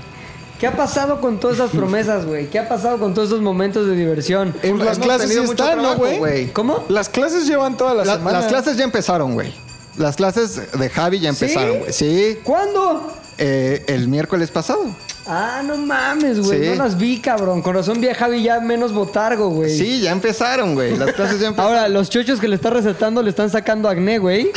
¿Qué ha pasado con todas esas promesas, güey? ¿Qué ha pasado con todos esos momentos de diversión? Pues las clases sí están, ¿no, güey? ¿Cómo? Las clases llevan toda la, La- semana. las clases ya empezaron, güey. Las clases de Javi ya ¿Sí? empezaron, güey. ¿Sí? ¿Cuándo? Eh, el miércoles pasado. Ah, no mames, güey. Sí. No las vi, cabrón. Con razón vi a Javi ya menos botargo, güey. Sí, ya empezaron, güey. Las clases [LAUGHS] ya empezaron. Ahora, los chochos que le están recetando le están sacando acné, güey.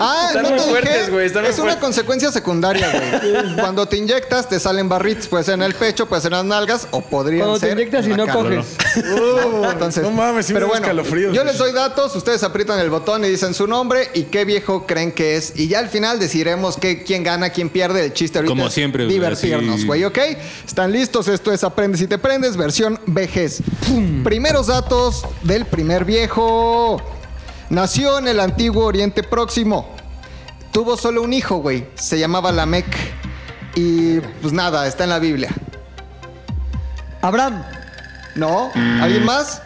Ah, Están no muy te dije. fuertes, güey, están muy es una fuertes. consecuencia secundaria, güey. Cuando te inyectas, te salen barritos. Puede ser en el pecho, puede ser en las nalgas o podría ser. Cuando te inyectas en y la no cara. coges. Entonces, no mames, sí me pero dio bueno, escalofríos. yo les doy datos, ustedes aprietan el botón y dicen su nombre y qué viejo creen que es. Y ya al final decidiremos qué- quién gana, quién pierde. El chiste ahorita Como es siempre, güey, divertirnos, así. güey, ¿ok? ¿Están listos? Esto es Aprendes y te prendes, versión vejez. Primeros datos del primer viejo. Nació en el antiguo Oriente Próximo. Tuvo solo un hijo, güey. Se llamaba Lamec. Y pues nada, está en la Biblia. Abraham, ¿No? ¿Alguien Mm. más?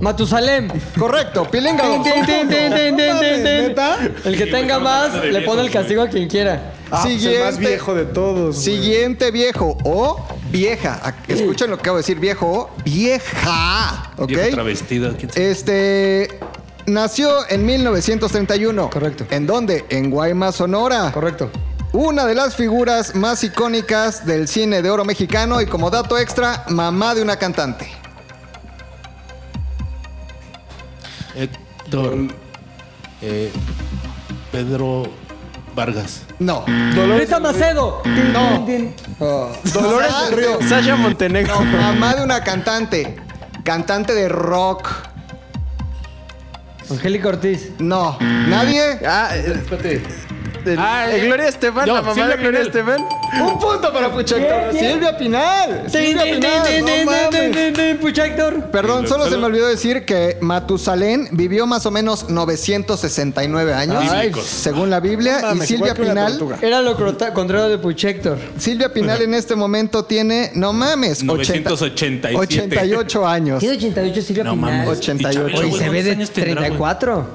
Matusalem. Correcto, Pilinga. Tin, tin, tin, tin, tin, tin, tin, tin. El que Sí, tenga güey, más, estamos hablando de le pone el viejos, castigo a quien quiera. Ah, pues el más viejo de todos. güey. Siguiente viejo o vieja. A- Escuchen lo que acabo de decir, viejo o vieja. ¿Ok? Viejo travestido. ¿quién sabe? Este. Nació en 1931. Correcto. ¿En dónde? En Guaymas, Sonora. Correcto. Una de las figuras más icónicas del cine de oro mexicano y como dato extra, mamá de una cantante. Héctor. eh, Pedro Vargas. No. Rita Macedo. No. Dolores del Río. Sasha Montenegro. No, Oh. mamá de una cantante. Cantante de rock. Angélica Ortiz. No. ¿Nadie? Ah, eh, espérate. El- eh, Gloria Estefan, no, la mamá Silvia de Gloria Pinal. Estefan. Un punto para Puchector. Bien, bien. Silvia Pinal. Tin, Silvia tin, tin, tin, tin, Pinal. No tin, mames. tin, tin, Pucha Héctor. Perdón, solo se me olvidó decir que Matusalén vivió más o menos 969 años, Ay, Bíblicos. según la Biblia, No mames, y Silvia igual que una Pinal, tortuga. Era lo crota- contrario de Puchector. Silvia Pinal en este momento tiene, no mames, 80 987. 88 años. Tiene 88 Silvia No Pinal. mames. 88. Oye, se ve de años tendrá, güey? 34.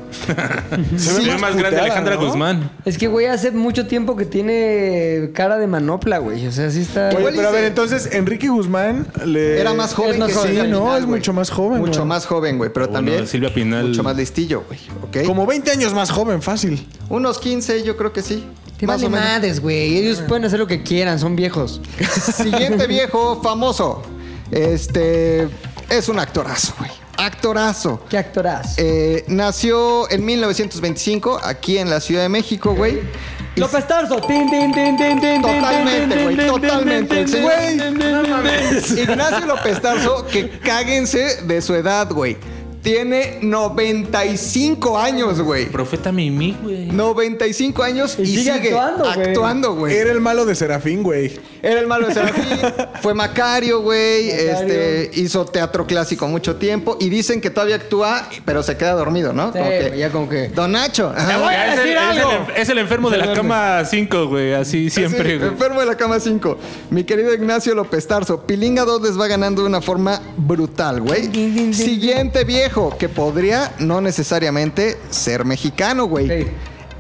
Se ve más grande Alejandra Guzmán. Es que, güey, hace mucho tiempo que tiene cara de manopla, güey. O sea, sí está. Oye, pero a ver, entonces Enrique Guzmán le... Era más joven Es más que joven. Sí, Silvia no, Pinal, es güey. mucho más joven. Mucho güey. más joven, güey, pero Bueno, también Silvia Pinal. mucho más listillo, güey, ¿ok? Como 20 años más joven, fácil. Unos 15, yo creo que sí. Te más vale o menos. madres, güey. Ellos pueden hacer lo que quieran, son viejos. Siguiente viejo famoso. Este es un actorazo, güey. Actorazo. ¿Qué actoraz? Eh, nació en 1925 aquí en la Ciudad de México, güey. Y López Tarso. Tin, tin, tin, tin, tin, Totalmente, tin, tin, güey, tin, tin, totalmente, tin, tin, güey. tin, tin, tin, tin. Ignacio López Tarso, que cáguense de su edad, güey. Tiene 95 años, güey. Profeta Mimi, güey. 95 años y, Y sigue sigue, actuando, güey. actuando, güey. Era el malo de Serafín, güey. Era el malo de [LAUGHS] Serafín. Fue Macario, güey. Macario. Este, hizo teatro clásico mucho tiempo. Y dicen que todavía actúa, pero se queda dormido, ¿no? Sí, Como que, güey, ya como que. Don Nacho. Ya, Ajá. güey, Ah, es, el, es el enf- es el enfermo de la cama 5, güey. Así siempre, Sí, güey. enfermo de la cama 5. Mi querido Ignacio López Tarso. Pilinga 2 les va ganando de una forma brutal, güey. Siguiente viejo, que podría no necesariamente ser mexicano, güey. Ok.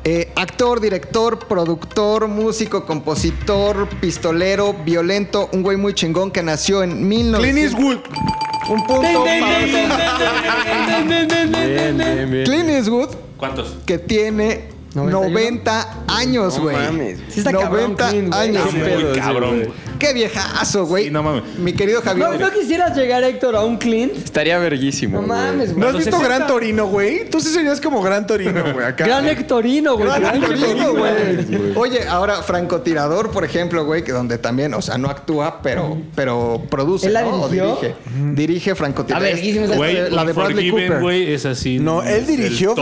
Eh, actor, director, productor, músico, compositor, pistolero, violento, un güey muy chingón que nació en 1900. Clint Eastwood. Un punto Tin, tin, para- tin, tin, tin, tin, tin, tin, tin, tin, tin, tin, tin, tin. Bien, bien, bien. Clint Eastwood, ¿Cuántos? que tiene ¿91? 90 años, No güey. mames. Sí está cabrón, 90 Clint, güey. Ah, años. Está muy güey. cabrón, güey. Qué viejazo, güey. no mames. Mi querido Javier. ¿No, ¿No quisieras llegar, Héctor, a un Clint? Estaría verguísimo. No mames, güey. ¿No has Cuando visto se Gran sienta- Torino, güey? Tú sí serías como Gran Torino, güey. Acá. Gran Hectorino, güey. Gran Pues Gran Torino, Hectorino, güey. Oye, ahora francotirador, por ejemplo, güey, que donde también, o sea, no actúa, pero, pero produce, ¿Él la ¿no? O dirigió? dirige. Dirige francotirador. Ah, verguísima esa Güey, la de Bradley Unforgiven, Cooper. güey, es así. No, es el top, Él dirigió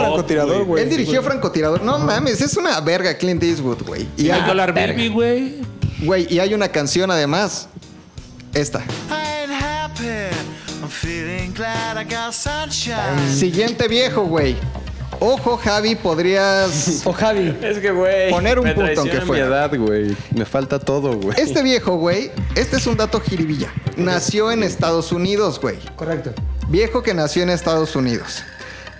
francotirador. No mames, es una verga Clint Eastwood, güey. Y hay- Dollar verga. Baby, güey. Güey, y hay una canción además. Esta. Siguiente viejo, güey. Ojo, Javi, podrías. O Javi. Es que, güey. Poner un me punto, traiciona aunque fuera. mi edad, güey. Me falta todo, güey. Este viejo, güey, este es un dato jiribilla. Nació en Estados Unidos, güey. Correcto. Viejo que nació en Estados Unidos.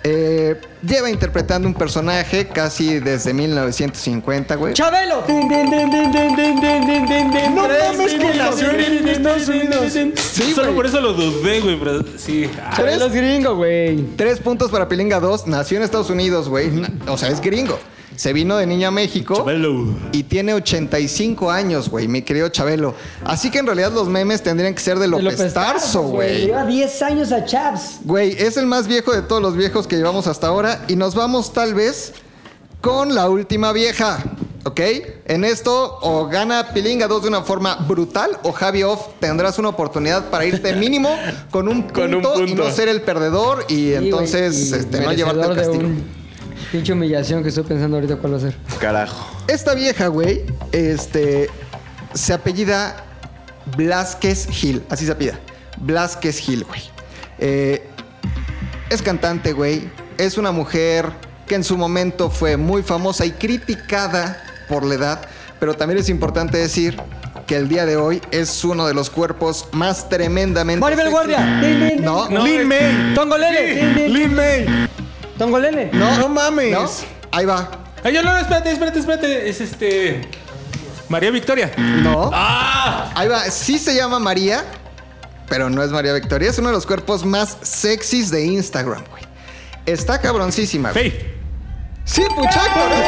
Eh, lleva interpretando un personaje casi desde 1950, güey. ¡Chabelo! No mames que nació en Estados Unidos. Sí, Solo güey. por eso lo dudé, güey, pero sí. Tres- Chabelo es gringo, güey. Tres puntos para Pilinga 2. Nació en Estados Unidos, güey. Na- O sea, es gringo. Se vino de niño a México. Y tiene 85 años, güey, mi querido Chabelo. Así que en realidad los memes tendrían que ser de De López, Tarso, güey. Lleva 10 años a Chaps. Güey, es el más viejo de todos los viejos que llevamos hasta ahora. Y nos vamos tal vez con la última vieja. ¿Ok? En esto o gana Pilinga 2 de una forma brutal o Javi Off tendrás una oportunidad para irte mínimo con un punto, Con un y punto. no ser el perdedor y entonces Y, güey, y este, no llevarte el merecedor de castigo. un Pinche humillación que estoy pensando ahorita cuál va a ser. Carajo. Esta vieja, güey, este, se apellida Blasquez Gil, así se apellida. Blasquez Gil, güey. Eh, es cantante, güey. Es una mujer que en su momento fue muy famosa y criticada por la edad, pero también es importante decir que el día de hoy es uno de los cuerpos más tremendamente. Maribel sexy- Guardia. Din, din, din. No, No, Lin May. Tongolele. Din, din. Lin May. Tongolele. no, No mames. no. Ahí va. Ay, yo no, espérate, espérate, espérate. Es este. María Victoria. No. Ah. Ahí va. Sí se llama María, pero no es María Victoria. Es uno de los cuerpos más sexys de Instagram, güey. Está cabroncísima. güey. Faye. Sí,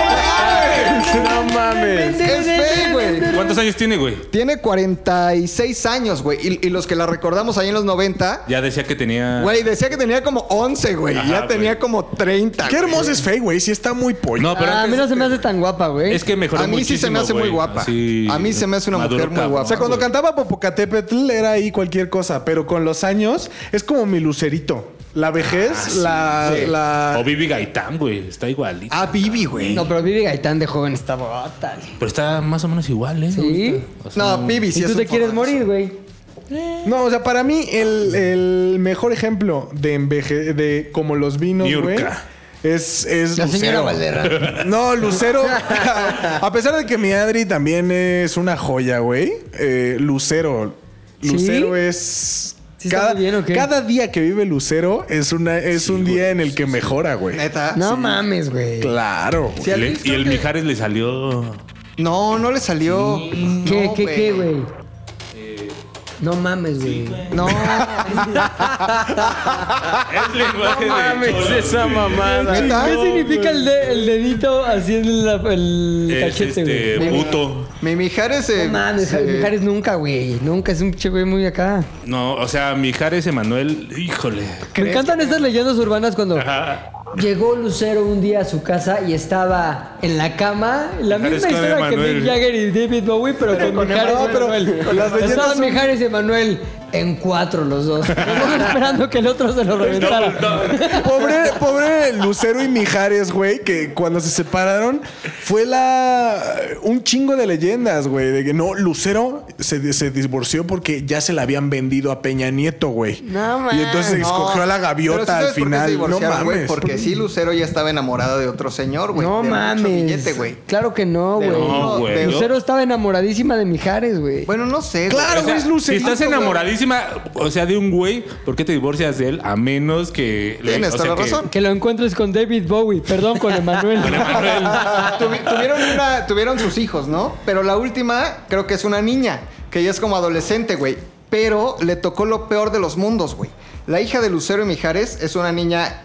muchacho. No mames. Es Faye, güey. ¿Cuántos años tiene, güey? Tiene 46 años, güey. Y, y los que la recordamos ahí en los 90, Ya decía que tenía. güey, decía que tenía como 11, güey. y ya Ajá, tenía güey. como 30. Qué güey. hermosa es Faye, güey. Sí está muy pollo. No, pero Ah, a mí antes- no se me hace tan guapa, güey. es que mejoró A mí sí se me muchísimo, hace muy güey. guapa. Así, A mí se me hace una maduro, mujer muy cabrón. guapa. O sea, cuando güey. cantaba Popocatépetl era ahí cualquier cosa, pero con los años es como mi lucerito. La vejez, la, la- O Vivi Gaitán, güey. Está igualita. Ah, Vivi, güey. No, No, pero Vivi Gaitán de joven está bota. Pero está más o menos igual, ¿eh? ¿Sí? O sea, Vivi sí Y es tú un te quieres formazo. morir, güey. No, o sea, para mí el, el mejor ejemplo de enveje... de como los vinos, Niurka. güey, es, es La señora Lucero. Valera. No, [LAUGHS] Lucero. a pesar de que mi Adri también es una joya, güey. eh, Lucero. ¿Sí? Lucero es. ¿Sí está muy bien o qué? cada día que vive Lucero es una es un día en el que mejora, güey. Neta. No mames, güey. Claro. güey. Sí, al le- Luis y el creo que- Mijares le salió. No, no le salió. ¿Qué, No, qué, qué, güey? Eh, No mames, güey. [LAUGHS] No. Es lenguaje No mames, esa mamada. Neta. ¿Qué significa el, de- el dedito así en la- el Es cachete, güey? este. güey. Puto. Mi eh, Mijares se. No mames, se- Javi Mijares nunca, güey. Nunca es un pinche güey muy acá. No, o sea, Mijares Emanuel. Híjole. Me encantan estas leyendas urbanas cuando llegó Lucero un día a su casa y estaba en la cama. La Mijares misma con historia que Emanuel. Mick Jagger y David Bowie, pero, con Mijares y Emanuel. Estaban Mijares y Emanuel en cuatro los dos. Todos esperando que el otro se lo reventara. Pobre, pobre Lucero y Mijares, güey, que cuando se separaron fue la un chingo de leyendas, güey, de que no Lucero se, se divorció porque ya se la habían vendido a Peña Nieto, güey. No, man. Y entonces No. escogió a Pero la sí gaviota al sabes por qué se final. No divorciaron, güey, mames. porque sí, Lucero ya estaba enamorada de otro señor, güey. no de mucho mames. billete, güey. Claro que no, De güey. uno- No, güey. de- Lucero estaba enamoradísima de Mijares, güey. Bueno, no sé. güey. Claro, O sea, güey, es Lucero. si estás enamoradísima, o sea, de un güey, ¿por qué te divorcias de él? A menos que. le- Tienes o sea, toda la que- razón. Que lo encuentres con David Bowie, perdón, con Emanuel. ah, Tuvi- tuvieron, una- tuvieron sus hijos, ¿no? Pero la última creo que es una niña, que ya es como adolescente, güey. Pero le tocó lo peor de los mundos, güey. La hija de Lucero y Mijares es una niña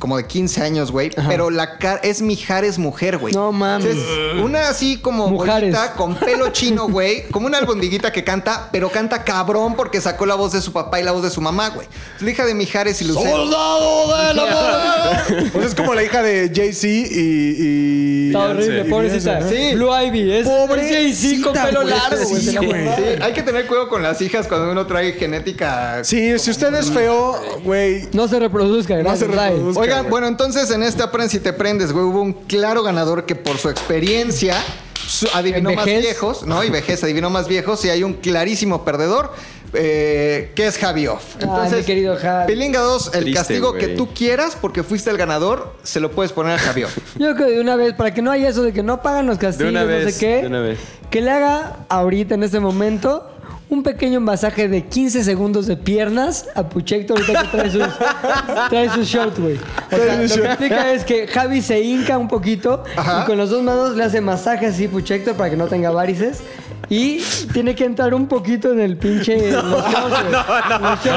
como de 15 años, güey. Pero la cara es Mijares mujer, güey. No mames. una así como Mujeres. bolita con pelo chino, güey. Como una albondiguita que canta, pero canta cabrón porque sacó la voz de su papá y la voz de su mamá, güey. Es La hija de Mijares y Lucero. ¡Soldado [LAUGHS] de la amor! Pues es como la hija de Jay-Z y, y. Está horrible, y pobrecita. Beyoncé, ¿no? Sí. Blue Ivy. Es Pobre Jay-Z con cita, pelo güey. largo, güey. Sí, te la voy a güey. dar. Sí, hay que tener cuidado con las hijas cuando uno trae genética. Sí, si usted es feo, güey. No se reproduzca, No se gracias. bye. reproduzca. Oigan, güey. bueno, entonces en este Aprende si te prendes, güey, hubo un claro ganador que por su experiencia su- adivinó En más vejez. viejos, ¿no? Y vejez adivinó más viejos y hay un clarísimo perdedor. eh, que es Javi Off. Entonces, mi querido Javi. Pilinga 2, el Triste, castigo güey. que tú quieras porque fuiste el ganador, se lo puedes poner a Javi Off. Yo creo que de una vez, para que no haya eso de que no pagan los De castillos, una vez. no sé qué, De una vez. que le haga ahorita en este momento un pequeño masaje de 15 segundos de piernas a Puchecto ahorita que trae sus, trae sus shorts, güey. O sea, lo que implica es que Javi se hinca un poquito y con las dos manos le hace masaje así a Puchector para que no tenga varices. Y tiene que entrar un poquito en el pinche... en los shorts, güey.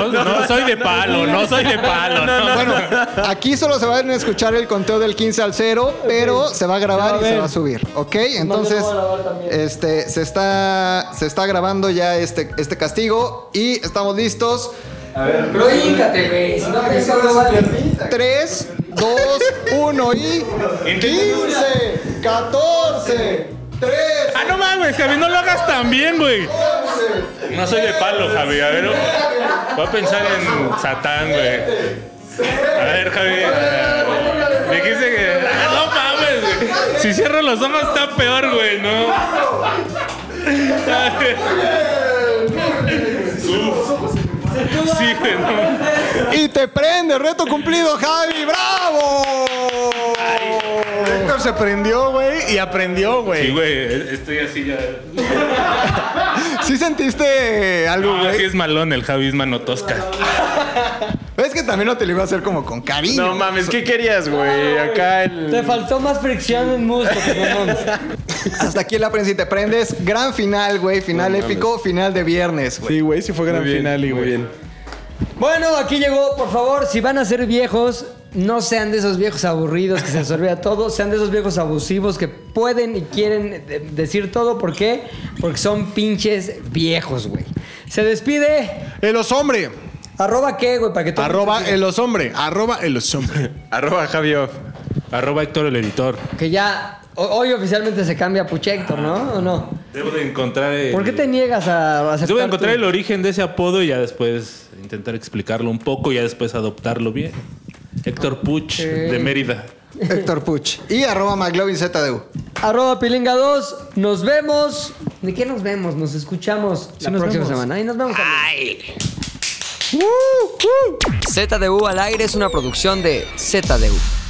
[LAUGHS] No, no soy de palo, no soy de palo. no. Bueno, [LAUGHS] aquí solo se van a escuchar el conteo del 15 al 0, pero se va a grabar Se va a y se ver. va a subir, ¿ok? lo Entonces, voy a grabar también. este, se está, se está grabando ya este, este castigo y estamos listos. Pero híncate, güey. Si no te hincas, no vale. 3, 2, 1 y 15, 14, 13. Ah, no mames, Javi, no lo hagas tan bien, güey. No soy de palo, Javi. A ver, voy a pensar en Satán, güey. A ver, Javi. ah, Dijiste que. Ah, no mames, güey. Si cierro los ojos está peor, güey, no. Sí, güey, no. Y te prende, reto cumplido, Javi, bravo. Héctor se prendió, güey, y aprendió, Sí, güey. güey, estoy así ya. ¿Sí sentiste eh, Ah, algo, No, güey? sí es malón, el Javi es manotosca. Es que también no te lo iba a hacer como con cariño. No mames, ¿qué querías, güey? Acá Te el. faltó más fricción en música, mamón. [LAUGHS] Hasta aquí la prensa y te prendes. Gran final, güey. Final No mames. épico, final de viernes, güey. Sí, güey, sí fue gran Muy bien, final y muy güey. bien. Bueno, aquí llegó, por favor, si van a ser viejos, no sean de esos viejos aburridos que se les olvida todo, sean de esos viejos abusivos que pueden y quieren de- decir todo, ¿por qué? Porque son pinches viejos, güey. Se despide, El los hombre. arroba qué, güey, para que todo Arroba mundo se- el los hombre. Arroba el los hombre. Arroba Javi Off. Arroba Héctor el editor. que ya ho- hoy oficialmente se cambia a Puchector, ¿no? ¿O no? Debo de encontrar el... ¿Por qué te niegas a aceptar? Debo de encontrar tu- el origen de ese apodo y ya después intentar explicarlo un poco y ya después adoptarlo bien. Héctor Puch de Mérida. Héctor Puch. Y arroba McLovin ZDU. Arroba Pilinga 2, nos vemos. ¿De qué nos vemos? Nos escuchamos la nos próxima vemos. semana. Y nos vemos. amigos. ZDU al aire es una producción de ZDU.